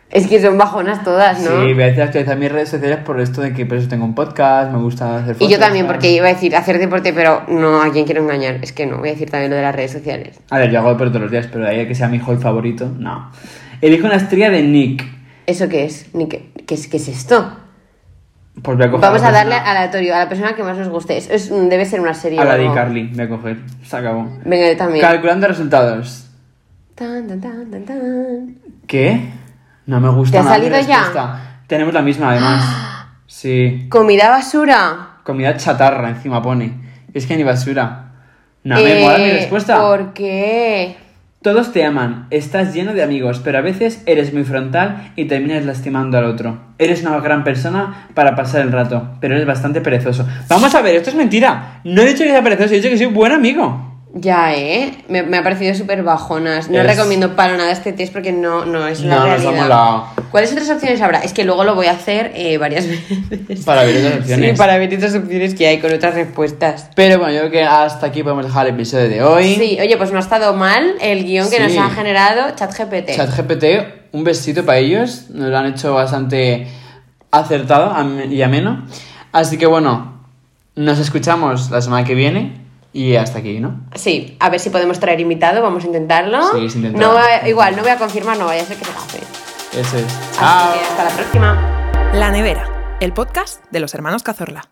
[SPEAKER 2] Es que son bajonas todas, Ah, ¿no?
[SPEAKER 3] Sí, voy a decir actualizar mis redes sociales por esto de que por eso tengo un podcast, me gusta hacer
[SPEAKER 2] Y
[SPEAKER 3] fotos,
[SPEAKER 2] yo también,
[SPEAKER 3] tal.
[SPEAKER 2] porque iba a decir hacer deporte, pero no, ¿a quién quiero engañar? Es que no, voy a decir también lo de las redes sociales.
[SPEAKER 3] A ver, yo hago deporte todos los días, pero de ahí a que sea mi hobby favorito, no. Elijo una estrella de Nick.
[SPEAKER 2] ¿Eso qué es? Ni qué, qué es, qué es esto?
[SPEAKER 3] Pues voy a coger
[SPEAKER 2] Vamos
[SPEAKER 3] la
[SPEAKER 2] a darle
[SPEAKER 3] persona-
[SPEAKER 2] aleatorio, a la persona que más nos guste. Es, es- debe ser una serie.
[SPEAKER 3] a la
[SPEAKER 2] o
[SPEAKER 3] de
[SPEAKER 2] algo.
[SPEAKER 3] Carly, voy a coger. Se acabó.
[SPEAKER 2] Venga, yo también.
[SPEAKER 3] Calculando resultados.
[SPEAKER 2] Tan, tan, tan, tan, tan.
[SPEAKER 3] ¿Qué? No me gusta
[SPEAKER 2] ¿Te ha
[SPEAKER 3] nada mi
[SPEAKER 2] salido ya?
[SPEAKER 3] respuesta. Tenemos la
[SPEAKER 2] [GASPS]
[SPEAKER 3] misma, además. Sí.
[SPEAKER 2] Comida basura.
[SPEAKER 3] Comida chatarra encima pone. Es que ni basura. No me mola mi
[SPEAKER 2] Eh,
[SPEAKER 3] respuesta.
[SPEAKER 2] ¿Por qué?
[SPEAKER 3] Todos te aman, estás lleno de amigos, pero a veces eres muy frontal y terminas lastimando al otro. Eres una gran persona para pasar el rato, pero eres bastante perezoso. Vamos a ver, esto es mentira. No he dicho que sea perezoso, he dicho que soy buen amigo.
[SPEAKER 2] Ya, ¿eh? Me, me ha parecido súper bajonas. No
[SPEAKER 3] Es-
[SPEAKER 2] recomiendo para nada este test porque no, no es una
[SPEAKER 3] No, nos ha
[SPEAKER 2] realidad.
[SPEAKER 3] molado.
[SPEAKER 2] ¿Cuáles otras opciones habrá? Es que luego lo voy a hacer eh, varias [LAUGHS] veces.
[SPEAKER 3] Para ver otras opciones.
[SPEAKER 2] Sí, para ver otras opciones que hay con otras respuestas.
[SPEAKER 3] Pero bueno, yo creo que hasta aquí podemos dejar el episodio de hoy.
[SPEAKER 2] Sí, oye, pues no ha estado mal el guión que nos
[SPEAKER 3] Sí.
[SPEAKER 2] ha generado ChatGPT.
[SPEAKER 3] ChatGPT, un besito para ellos. Nos lo han hecho bastante acertado am- y ameno. Así que bueno, nos escuchamos la semana que viene y hasta aquí, ¿no?
[SPEAKER 2] Sí, a ver si podemos traer invitado, vamos a intentarlo.
[SPEAKER 3] Sí, se intentará.
[SPEAKER 2] No va- igual, no voy a confirmar, no vaya a ser que se hace.
[SPEAKER 3] Eso es.
[SPEAKER 2] Así que hasta la próxima.
[SPEAKER 1] La Nevera, el podcast de los hermanos Cazorla.